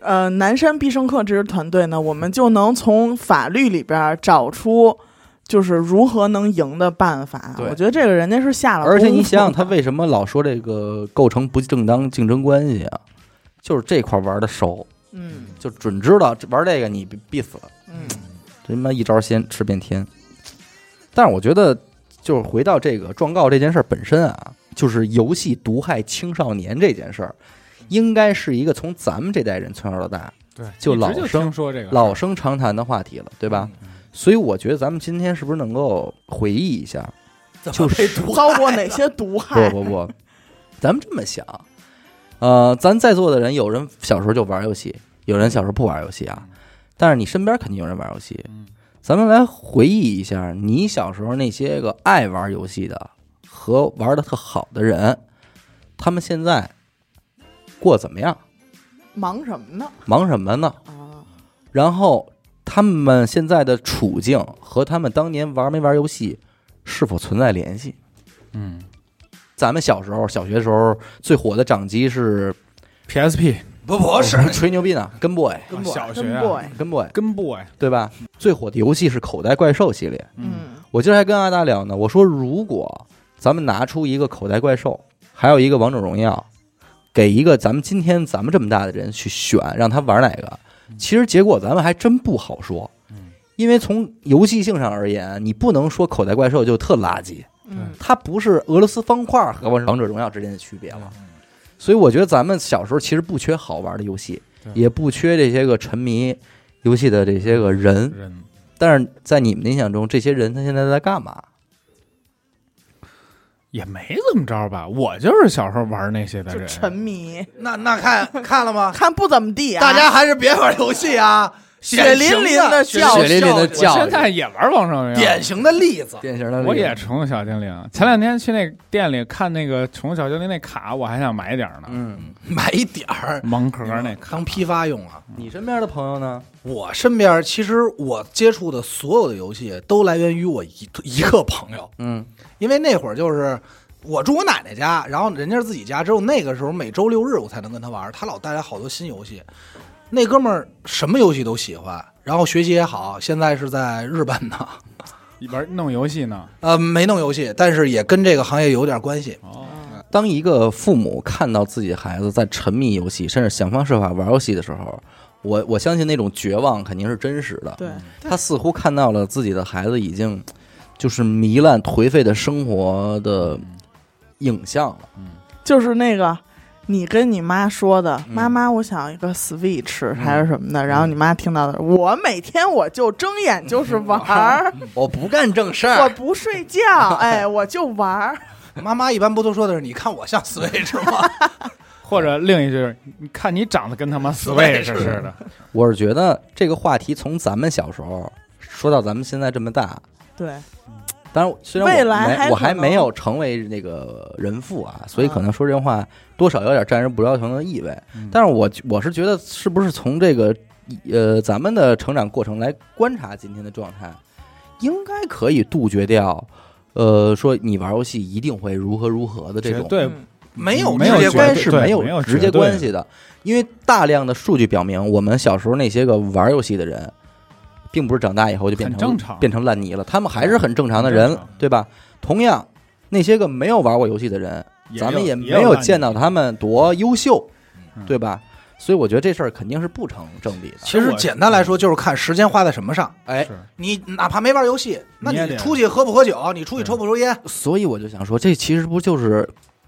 [SPEAKER 3] 呃，南山必胜客这支团队呢，我们就能从法律里边儿找出。就是如何能赢的办法，
[SPEAKER 1] 对
[SPEAKER 3] 我觉得这个人家是下了功夫
[SPEAKER 1] 而
[SPEAKER 3] 的。
[SPEAKER 1] 且你想想，他为什么老说这个构成不正当竞争关系啊？就是这块玩的熟，
[SPEAKER 3] 嗯
[SPEAKER 1] 就准知道这玩这个你必必死了。
[SPEAKER 3] 嗯
[SPEAKER 1] 这他妈一招鲜吃遍天。但是我觉得，就是回到这个状告这件事儿本身啊，就是游戏毒害青少年这件事儿，应该是一个从咱们这代人从小到大
[SPEAKER 4] 对，
[SPEAKER 1] 就老
[SPEAKER 4] 一直
[SPEAKER 1] 生
[SPEAKER 4] 听说这个
[SPEAKER 1] 老生常谈的话题了，对吧？所以我觉得咱们今天是不是能够回忆一下？
[SPEAKER 2] 怎
[SPEAKER 1] 就
[SPEAKER 2] 么被
[SPEAKER 1] 是
[SPEAKER 2] 毒
[SPEAKER 3] 遭过
[SPEAKER 2] 害
[SPEAKER 3] 哪些毒
[SPEAKER 1] 不
[SPEAKER 3] 害？
[SPEAKER 1] 不不，咱们这么想，呃，咱在座的人，有人小时候就玩游戏，有人小时候不玩游戏啊，但是你身边肯定有人玩游戏，
[SPEAKER 4] 嗯
[SPEAKER 1] 咱们来回忆一下，你小时候那些个爱玩游戏的和玩的特好的人，他们现在过怎么样，
[SPEAKER 3] 忙什么呢？
[SPEAKER 1] 忙什么呢？
[SPEAKER 3] 啊，
[SPEAKER 1] 然后他们现在的处境和他们当年玩没玩游戏是否存在联系？
[SPEAKER 4] 嗯
[SPEAKER 1] 咱们小时候，小学时候最火的掌机是
[SPEAKER 4] PSP
[SPEAKER 2] 不不啊是
[SPEAKER 1] 我 们吹牛逼呢，Game Boy，
[SPEAKER 2] 根本
[SPEAKER 4] 小学
[SPEAKER 3] 真
[SPEAKER 4] 啊
[SPEAKER 3] boy，
[SPEAKER 1] Game Boy，
[SPEAKER 4] 跟 boy
[SPEAKER 1] 对吧？最火的游戏是口袋怪兽系列。
[SPEAKER 3] 嗯
[SPEAKER 1] 我今儿还跟阿大聊呢，我说如果咱们拿出一个口袋怪兽，还有一个王者荣耀，给一个咱们今天咱们这么大的人去选，让他玩哪个，其实结果咱们还真不好说
[SPEAKER 4] 嗯。
[SPEAKER 1] 因为从游戏性上而言，你不能说口袋怪兽就特垃圾，
[SPEAKER 3] 嗯，
[SPEAKER 1] 它不是俄罗斯方块和王者荣耀之间的区别了。
[SPEAKER 4] 嗯
[SPEAKER 1] 所以我觉得咱们小时候其实不缺好玩的游戏，
[SPEAKER 4] 对
[SPEAKER 1] 也不缺这些个沉迷游戏的这些个人，
[SPEAKER 4] 人
[SPEAKER 1] 但是在你们的印象中，这些人他现在在干嘛？
[SPEAKER 4] 也没怎么着吧？我就是小时候玩那些的
[SPEAKER 3] 就
[SPEAKER 4] 人，
[SPEAKER 3] 沉迷，
[SPEAKER 2] 那那看看了 吗？
[SPEAKER 3] 看不怎么地啊。
[SPEAKER 2] 大家还是别玩游戏啊！
[SPEAKER 3] 血淋淋的教
[SPEAKER 1] 训血淋淋的
[SPEAKER 4] 我
[SPEAKER 1] 教
[SPEAKER 4] 现在也玩王者荣耀，
[SPEAKER 2] 典型的例子。
[SPEAKER 1] 典型的
[SPEAKER 4] 我也宠物小精灵。前两天去那店里看那个宠物小精灵那卡，我还想买点儿呢，
[SPEAKER 1] 嗯，
[SPEAKER 2] 买一点儿
[SPEAKER 4] 盲盒那卡。
[SPEAKER 2] 当批发用啊。
[SPEAKER 1] 你身边的朋友呢？
[SPEAKER 2] 我身边其实我接触的所有的游戏都来源于我一一个朋友，
[SPEAKER 1] 嗯
[SPEAKER 2] 因为那会儿就是我住我奶奶家，然后人家是自己家，只有那个时候每周六日我才能跟他玩，他老带来好多新游戏。那哥们儿什么游戏都喜欢，然后学习也好，现在是在日本呢，
[SPEAKER 4] 里边弄游戏呢。
[SPEAKER 2] 呃，没弄游戏，但是也跟这个行业有点关系。
[SPEAKER 4] 哦，
[SPEAKER 3] 嗯
[SPEAKER 1] 当一个父母看到自己孩子在沉迷游戏，甚至想方设法玩游戏的时候，我我相信那种绝望肯定是真实的。
[SPEAKER 3] 对，
[SPEAKER 1] 他似乎看到了自己的孩子已经就是糜烂颓废的生活的影像了。
[SPEAKER 3] 就是那个你跟你妈说的，
[SPEAKER 1] 嗯
[SPEAKER 3] 妈妈，我想要一个 Switch 还是什么的，然后你妈听到的，我每天我就睁眼就是玩儿，
[SPEAKER 1] 我不干正事
[SPEAKER 3] 嗯我
[SPEAKER 1] 儿，
[SPEAKER 3] 不睡觉，哎，我就玩儿，
[SPEAKER 2] 妈妈一般不都说的是，你看我像 Switch 吗？
[SPEAKER 4] 或者另一句，你看你长得跟 他妈 Switch 似的，
[SPEAKER 1] 我是觉得这个话题从咱们小时候说到咱们现在这么大，
[SPEAKER 3] 对，
[SPEAKER 1] 当然虽然我
[SPEAKER 3] 未来
[SPEAKER 1] 没
[SPEAKER 3] 还
[SPEAKER 1] 我
[SPEAKER 3] 可
[SPEAKER 1] 还没
[SPEAKER 3] 能
[SPEAKER 1] 有成为那个人父
[SPEAKER 4] 嗯
[SPEAKER 1] 啊，所以可能说这话多少有点占人不着穷的意味。
[SPEAKER 4] 嗯
[SPEAKER 1] 但是我我是觉得，是不是从这个呃咱们的成长过程来观察今天的状态，应该可以杜绝掉。呃，说你玩游戏一定会如何如何的这
[SPEAKER 4] 绝
[SPEAKER 1] 种
[SPEAKER 4] 对
[SPEAKER 3] 嗯
[SPEAKER 2] 没有
[SPEAKER 4] 没
[SPEAKER 2] 直
[SPEAKER 4] 有
[SPEAKER 2] 接
[SPEAKER 1] 应该
[SPEAKER 2] 关
[SPEAKER 4] 绝
[SPEAKER 2] 系
[SPEAKER 1] 是
[SPEAKER 4] 对
[SPEAKER 1] 没
[SPEAKER 4] 没有
[SPEAKER 1] 直
[SPEAKER 4] 绝
[SPEAKER 1] 接
[SPEAKER 4] 对
[SPEAKER 1] 关系的，因为大量的数据表明，我们小时候那些个玩游戏的人，并不是长大以后就变
[SPEAKER 4] 很
[SPEAKER 1] 成
[SPEAKER 4] 正常
[SPEAKER 1] 变成烂泥了，他们还是很正常的人
[SPEAKER 4] 啊很正常，
[SPEAKER 1] 对吧？同样，那些个没有玩过游戏的人，咱们也没有见到他们多优秀
[SPEAKER 4] 嗯，
[SPEAKER 1] 对吧？所以我觉得这事儿肯定是不成正比的。
[SPEAKER 2] 其实简单来说，就是看时间花在什么上。
[SPEAKER 1] 哎，
[SPEAKER 4] 是
[SPEAKER 2] 你哪怕没玩游戏，那
[SPEAKER 4] 你也
[SPEAKER 2] 你
[SPEAKER 4] 得
[SPEAKER 2] 出去喝不喝酒，你出去抽不抽烟，
[SPEAKER 1] 所以我就想说，这其实不就是，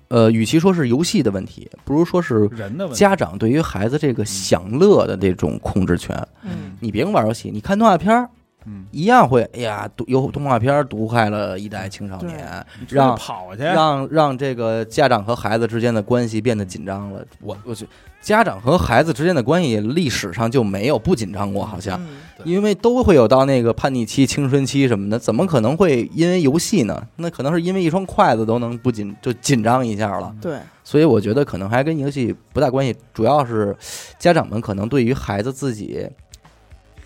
[SPEAKER 1] 呃，与其说是游戏的问题，不如说是
[SPEAKER 4] 人的问题。
[SPEAKER 1] 家长对于孩子这个享乐的这种控制权。
[SPEAKER 3] 嗯，
[SPEAKER 1] 你别光玩游戏，你看动画片儿
[SPEAKER 4] 嗯，
[SPEAKER 1] 一样会，哎呀，毒有动画片儿毒害了一代青少年，
[SPEAKER 4] 你出去
[SPEAKER 1] 让
[SPEAKER 4] 跑
[SPEAKER 2] 哎
[SPEAKER 4] 去，
[SPEAKER 1] 让让这个家长和孩子之间的关系变得紧张了。我我去，家长和孩子之间的关系历史上就没有不紧张过，好像，
[SPEAKER 3] 嗯
[SPEAKER 2] 对
[SPEAKER 1] 因为都会有到那个叛逆期、青春期什么的，怎么可能会因为游戏呢？那可能是因为一双筷子都能不紧就紧张一下
[SPEAKER 2] 嗯
[SPEAKER 1] 了。
[SPEAKER 3] 对，
[SPEAKER 1] 所以我觉得可能还跟游戏不大关系，主要是家长们可能对于孩子自己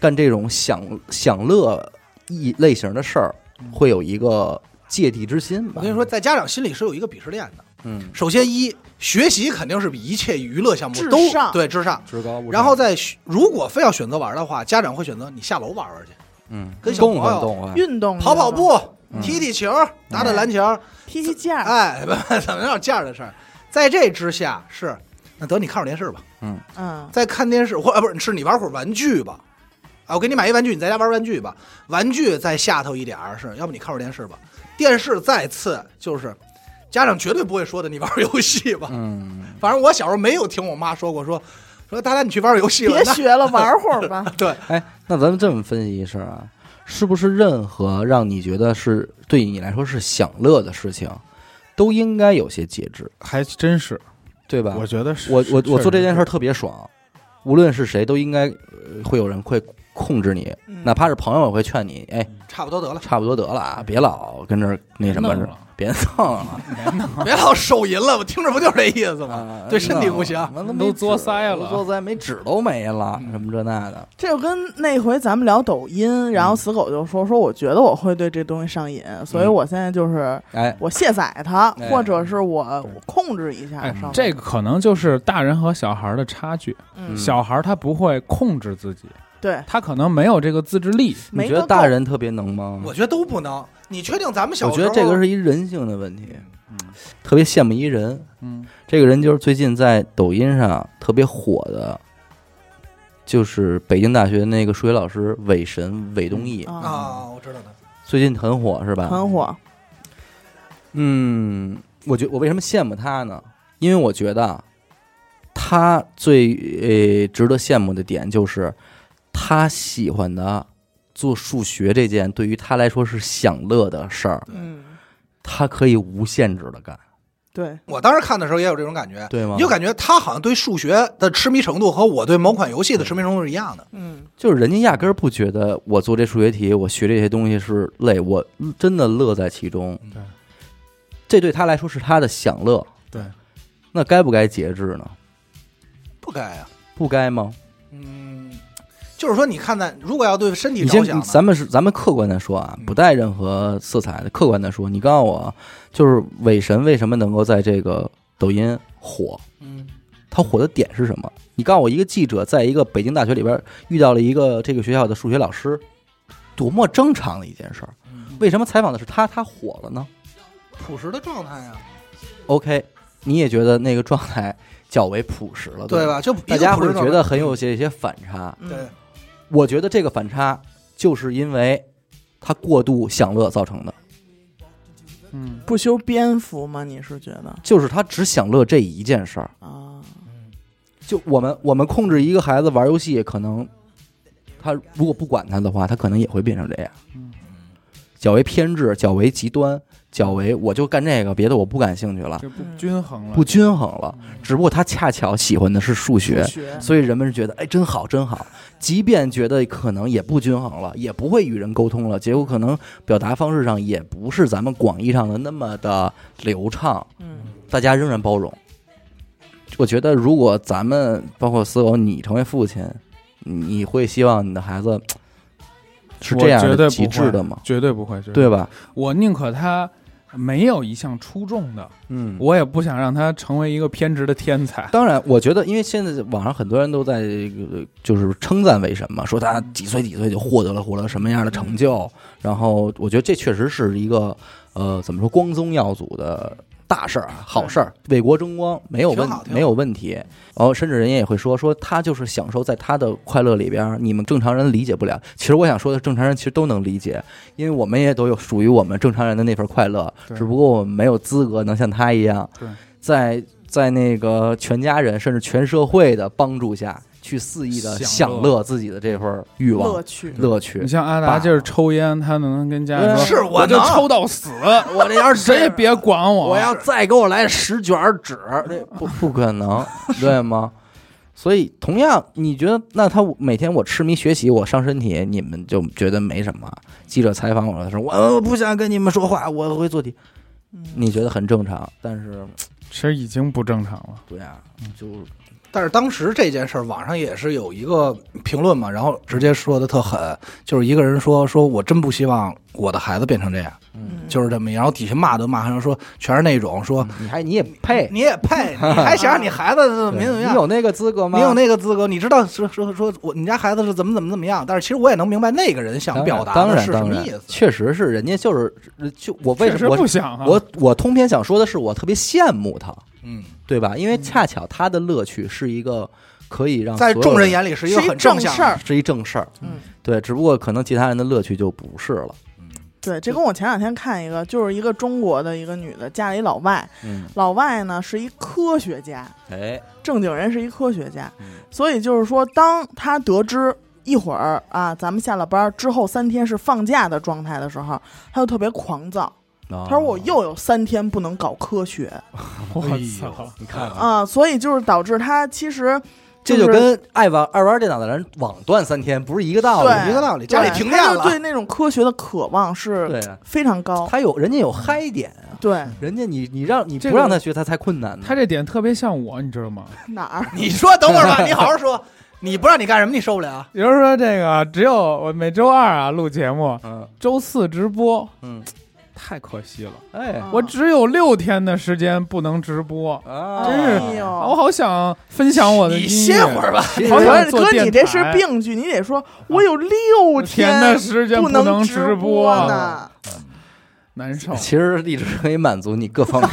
[SPEAKER 1] 干这种享享乐一类型的事儿，会有一个芥蒂之心
[SPEAKER 2] 嗯我
[SPEAKER 1] 吧
[SPEAKER 2] 跟。你说，在家长心里是有一个鄙视链的。
[SPEAKER 1] 嗯，
[SPEAKER 2] 首先一，学习肯定是比一切娱乐项目
[SPEAKER 3] 至
[SPEAKER 2] 都
[SPEAKER 3] 上
[SPEAKER 2] 对至上。
[SPEAKER 1] 职高物
[SPEAKER 2] 然后再选如果非要选择玩的话，家长会选择你下楼玩玩去，
[SPEAKER 1] 嗯，
[SPEAKER 2] 跟小朋
[SPEAKER 1] 动
[SPEAKER 2] 友
[SPEAKER 1] 换动换，
[SPEAKER 3] 运动啊
[SPEAKER 2] 跑跑步、
[SPEAKER 1] 嗯
[SPEAKER 2] 踢踢球、打打篮球，
[SPEAKER 3] 踢踢毽儿，
[SPEAKER 2] 哎， 怎么有这样的事儿？在这之下是，那得你看会儿电视吧，
[SPEAKER 3] 嗯，
[SPEAKER 2] 再看电视或啊不是，是你玩会儿玩具吧。啊，我给你买一玩具，你在家玩玩具吧。玩具再下头一点儿是，要不你看会儿电视吧。电视再次就是，家长绝对不会说的，你玩会儿游戏吧。
[SPEAKER 1] 嗯，
[SPEAKER 2] 反正我小时候没有听我妈说过说说大大你去玩会儿游戏吧
[SPEAKER 3] 别。
[SPEAKER 2] 那
[SPEAKER 3] 学了，玩会儿吧，
[SPEAKER 2] 对，
[SPEAKER 1] 哎，那咱们这么分析一事儿啊，是不是任何让你觉得是对你来说是享乐的事情，都应该有些节制，
[SPEAKER 4] 还真是，
[SPEAKER 1] 对吧？
[SPEAKER 4] 我觉得是。
[SPEAKER 1] 我我
[SPEAKER 4] 是
[SPEAKER 1] 我做这件事儿，特别爽，无论是谁都应该呃会有人会控制你，
[SPEAKER 3] 嗯
[SPEAKER 1] 哪怕是朋友也会劝你，哎，
[SPEAKER 2] 差不多 得了，
[SPEAKER 1] 差不多得了啊，
[SPEAKER 2] 嗯
[SPEAKER 1] 别老跟这儿那什么
[SPEAKER 4] 弄了，
[SPEAKER 1] 别弄了，
[SPEAKER 2] 别老手淫了，我听着不就是这意思吗？
[SPEAKER 1] 啊
[SPEAKER 2] 对身体不行
[SPEAKER 1] 弄了
[SPEAKER 4] 都作腮了
[SPEAKER 1] 都作腮没纸都没了，什么这那的，
[SPEAKER 3] 这就跟那回咱们聊抖音，然后死狗就说说，我觉得我会对这东西上瘾，所以我现在就是
[SPEAKER 1] 哎，
[SPEAKER 3] 我卸载它，
[SPEAKER 1] 哎
[SPEAKER 3] 或者是我我控制一下
[SPEAKER 4] 哎
[SPEAKER 3] 上面。
[SPEAKER 4] 这个可能就是大人和小孩的差距。
[SPEAKER 3] 嗯
[SPEAKER 4] 小孩他不会控制自己，
[SPEAKER 3] 对，
[SPEAKER 4] 他可能没有这个自制力。
[SPEAKER 1] 你
[SPEAKER 3] 没
[SPEAKER 1] 觉得
[SPEAKER 3] 个
[SPEAKER 1] 大
[SPEAKER 3] 够
[SPEAKER 1] 人特别能吗？
[SPEAKER 2] 我觉得都不能。你确定咱们小
[SPEAKER 1] 啊我
[SPEAKER 2] 时
[SPEAKER 1] 觉
[SPEAKER 2] 候？
[SPEAKER 1] 得这个是一人性的问题，
[SPEAKER 4] 嗯
[SPEAKER 1] 特别羡慕一人，
[SPEAKER 4] 嗯，
[SPEAKER 1] 这个人就是最近在抖音上特别火的，就是北京大学那个数学老师韦神韦东奕，
[SPEAKER 3] 啊，
[SPEAKER 2] 啊，我知道的。
[SPEAKER 1] 最近很火是吧？
[SPEAKER 3] 很火，
[SPEAKER 1] 嗯，我觉我为什么羡慕他呢？因为我觉得啊他最呃值得羡慕的点就是他喜欢的做数学这件对于他来说是享乐的事儿，
[SPEAKER 3] 嗯，
[SPEAKER 1] 他可以无限制的干，
[SPEAKER 3] 对，
[SPEAKER 2] 我当时看的时候也有这种感觉，
[SPEAKER 1] 对吗
[SPEAKER 2] 你？就感觉他好像对数学的痴迷程度和我对某款游戏的痴迷程度是一样的。
[SPEAKER 3] 嗯，
[SPEAKER 1] 就是人家压根儿不觉得我做这数学题，我学这些东西是累，我真的乐在其中。
[SPEAKER 2] 嗯
[SPEAKER 4] 对
[SPEAKER 1] 这对他来说是他的享乐。
[SPEAKER 4] 对，
[SPEAKER 1] 那该不该节制呢？
[SPEAKER 2] 不该啊，
[SPEAKER 1] 不该吗？
[SPEAKER 2] 嗯，就是说，你看咱如果要对身体
[SPEAKER 1] 你
[SPEAKER 2] 着
[SPEAKER 1] 先，
[SPEAKER 2] 想呢，
[SPEAKER 1] 咱们是咱们客观的说啊
[SPEAKER 2] 嗯，
[SPEAKER 1] 不带任何色彩的，客观的说，你告诉我，就是韦神为什么能够在这个抖音火？
[SPEAKER 2] 嗯，
[SPEAKER 1] 他火的点是什么？你告诉我，一个记者在一个北京大学里边遇到了一个这个学校的数学老师，多么正常的一件事儿。为什么采访的是他，他火了呢
[SPEAKER 2] 嗯朴实的状态啊呀，
[SPEAKER 1] 啊？OK，你也觉得那个状态较为朴实了，
[SPEAKER 2] 对
[SPEAKER 1] 吧？
[SPEAKER 2] 吧？就一
[SPEAKER 1] 大
[SPEAKER 2] 个
[SPEAKER 1] 家
[SPEAKER 2] 朴
[SPEAKER 1] 会
[SPEAKER 2] 实状
[SPEAKER 1] 觉
[SPEAKER 2] 态
[SPEAKER 1] 得很有些一些反差。
[SPEAKER 3] 嗯
[SPEAKER 2] 对，
[SPEAKER 1] 我觉得这个反差就是因为他过度享乐造成的，
[SPEAKER 4] 嗯，
[SPEAKER 3] 不修边幅吗？你是觉得
[SPEAKER 1] 就是他只享乐这一件事儿。
[SPEAKER 3] 啊？
[SPEAKER 1] 就我们我们控制一个孩子玩游戏，可能他如果不管他的话，他可能也会变成这样
[SPEAKER 4] 嗯，
[SPEAKER 1] 较为偏执，较为极端，较为我就干这个，别的我不感兴趣了，
[SPEAKER 4] 这不
[SPEAKER 3] 嗯
[SPEAKER 4] 均衡了，
[SPEAKER 1] 啊不均衡了。只不过他恰巧喜欢的是数学，
[SPEAKER 3] 学
[SPEAKER 1] 所以人们是觉得，哎，真好，真好。即便觉得可能也不均衡了，也不会与人沟通了，结果可能表达方式上也不是咱们广义上的那么的流畅，
[SPEAKER 3] 嗯
[SPEAKER 1] 大家仍然包容。我觉得，如果咱们包括思狗，你成为父亲，你会希望你的孩子是这样
[SPEAKER 4] 我绝
[SPEAKER 1] 的
[SPEAKER 4] 对
[SPEAKER 1] 极
[SPEAKER 4] 不
[SPEAKER 1] 致的吗？
[SPEAKER 4] 绝对不会，绝
[SPEAKER 1] 对吧？
[SPEAKER 4] 我宁可他没有一项出众的，
[SPEAKER 1] 嗯
[SPEAKER 4] 我也不想让他成为一个偏执的天才。
[SPEAKER 1] 当然，我觉得，因为现在网上很多人都在这个就是称赞韦神嘛，说他几岁几岁就获得了获得什么样的成
[SPEAKER 2] 嗯
[SPEAKER 1] 就。然后，我觉得这确实是一个呃，怎么说光宗耀祖的大事儿啊，好事儿，为国争光没有问
[SPEAKER 2] 挺好挺好
[SPEAKER 1] 没有问题。然后，甚至人家也会说说他就是享受在他的快乐里边儿，你们正常人理解不了。其实我想说的，正常人其实都能理解，因为我们也都有属于我们正常人的那份快乐，
[SPEAKER 4] 对
[SPEAKER 1] 只不过我们没有资格能像他一样
[SPEAKER 4] 对，
[SPEAKER 1] 在在那个全家人甚至全社会的帮助下去肆意的
[SPEAKER 4] 享
[SPEAKER 1] 享
[SPEAKER 4] 乐
[SPEAKER 1] 乐自己的这份欲望
[SPEAKER 3] 乐趣
[SPEAKER 1] 乐
[SPEAKER 4] 你
[SPEAKER 1] 趣。
[SPEAKER 4] 像阿达
[SPEAKER 1] 爸
[SPEAKER 4] 劲儿抽烟，他能跟家
[SPEAKER 1] 嗯
[SPEAKER 4] 里说，
[SPEAKER 2] 是
[SPEAKER 4] 呃我
[SPEAKER 2] 我
[SPEAKER 4] 就
[SPEAKER 2] 能
[SPEAKER 4] 抽到 死，
[SPEAKER 1] 我这要是
[SPEAKER 4] 谁也别管我。
[SPEAKER 1] 我要再给我来十卷 纸，这不不可能，对吗？ 所以，同样，你觉得那他每天我痴迷学习，我伤身体，你们就觉得没什么？记者采访我的时候，我我不想跟你们说话，我会做题，
[SPEAKER 4] 嗯
[SPEAKER 1] 你觉得很正常。但是，
[SPEAKER 4] 其实已经不正常了。
[SPEAKER 1] 对啊，
[SPEAKER 2] 嗯
[SPEAKER 1] 就
[SPEAKER 2] 但是当时这件事儿，网上也是有一个评论嘛，然后直接说的特狠，就是一个人说说我真不希望我的孩子变成这样，
[SPEAKER 3] 嗯
[SPEAKER 2] 就是这么一，然后底下骂都骂上说全是那种说
[SPEAKER 1] 你还你也嗯配？
[SPEAKER 2] 你也 配，你还想让你孩子怎么怎么
[SPEAKER 1] 你
[SPEAKER 2] 样？
[SPEAKER 1] 有那个资格吗？
[SPEAKER 2] 你有那个资格，你知道说说说我你家孩子是怎么怎么怎么样，但是其实我也能明白那个人想表达
[SPEAKER 1] 当
[SPEAKER 2] 的
[SPEAKER 1] 然
[SPEAKER 2] 是什
[SPEAKER 1] 当
[SPEAKER 2] 么
[SPEAKER 1] 然
[SPEAKER 2] 意思。
[SPEAKER 1] 确实是人家就是就我为
[SPEAKER 4] 确
[SPEAKER 1] 什
[SPEAKER 4] 实
[SPEAKER 1] 么
[SPEAKER 4] 不
[SPEAKER 1] 我
[SPEAKER 4] 想啊，
[SPEAKER 1] 我我通篇想说的是，我特别羡慕他，
[SPEAKER 2] 嗯，
[SPEAKER 1] 对吧？因为恰巧他的乐趣是一个可以
[SPEAKER 4] 啊
[SPEAKER 1] 让
[SPEAKER 2] 在
[SPEAKER 1] 所有
[SPEAKER 2] 众人眼里是一个
[SPEAKER 3] 是一
[SPEAKER 2] 很正
[SPEAKER 3] 正
[SPEAKER 2] 向
[SPEAKER 3] 事
[SPEAKER 2] 的，
[SPEAKER 3] 儿。
[SPEAKER 1] 是一正事儿，
[SPEAKER 3] 嗯，
[SPEAKER 1] 对，只不过可能其他人的乐趣就不是了，
[SPEAKER 3] 对，这跟我前两天看一个，就是一个中国的一个女的嫁了一老外，
[SPEAKER 1] 嗯，
[SPEAKER 3] 老外呢是一科学家，
[SPEAKER 1] 哎，
[SPEAKER 3] 正经人是一科学家
[SPEAKER 1] 嗯，
[SPEAKER 3] 所以就是说，当他得知一会儿啊，咱们下了班儿之后三天是放假的状态的时候，他就特别狂躁。
[SPEAKER 1] 他
[SPEAKER 3] 他说我又有三天不能搞科学
[SPEAKER 4] 我
[SPEAKER 2] 哎
[SPEAKER 4] 操
[SPEAKER 2] 呦！
[SPEAKER 1] 你看啊，
[SPEAKER 3] 啊，所以就是导致他其实
[SPEAKER 1] 这
[SPEAKER 3] 就
[SPEAKER 1] 就是跟爱玩爱玩电脑的人网断三天不是一个道
[SPEAKER 3] 对
[SPEAKER 1] 理，
[SPEAKER 2] 一个道
[SPEAKER 3] 对
[SPEAKER 2] 理。家里停电
[SPEAKER 3] 他就
[SPEAKER 2] 了，
[SPEAKER 3] 对那种科学的渴望
[SPEAKER 1] 对
[SPEAKER 3] 是
[SPEAKER 1] 啊，
[SPEAKER 3] 非常高。
[SPEAKER 1] 他有人家有嗨点啊，
[SPEAKER 3] 对
[SPEAKER 1] 人家你你让你
[SPEAKER 4] 这
[SPEAKER 1] 不
[SPEAKER 4] 个
[SPEAKER 1] 让他学，他才困难呢
[SPEAKER 4] 他。这点特别像我，你知道吗？
[SPEAKER 3] 哪儿？
[SPEAKER 2] 你说等会 儿吧，你好好说，你不让你干什么，你受不了。
[SPEAKER 4] 比如说这个，只有我每周二啊录节目，
[SPEAKER 1] 嗯
[SPEAKER 4] 周四直播，
[SPEAKER 1] 嗯，
[SPEAKER 4] 太可惜了，
[SPEAKER 1] 哎
[SPEAKER 3] 啊
[SPEAKER 4] 我只有六天的时间不能直播。
[SPEAKER 1] 啊，
[SPEAKER 3] 哎
[SPEAKER 4] 我
[SPEAKER 3] 呦！
[SPEAKER 4] 好想分享我的
[SPEAKER 2] 你
[SPEAKER 4] 音乐
[SPEAKER 2] 歇会儿吧，
[SPEAKER 4] 好
[SPEAKER 3] 哥
[SPEAKER 4] 想做
[SPEAKER 3] 哥，你
[SPEAKER 4] 电
[SPEAKER 3] 这是
[SPEAKER 4] 台啊
[SPEAKER 3] 病句，你得说，我有六
[SPEAKER 4] 天的时间
[SPEAKER 3] 不
[SPEAKER 4] 能
[SPEAKER 3] 直
[SPEAKER 4] 播，啊
[SPEAKER 3] 呢。
[SPEAKER 4] 难受，
[SPEAKER 1] 其实荔枝可以满足你各 方面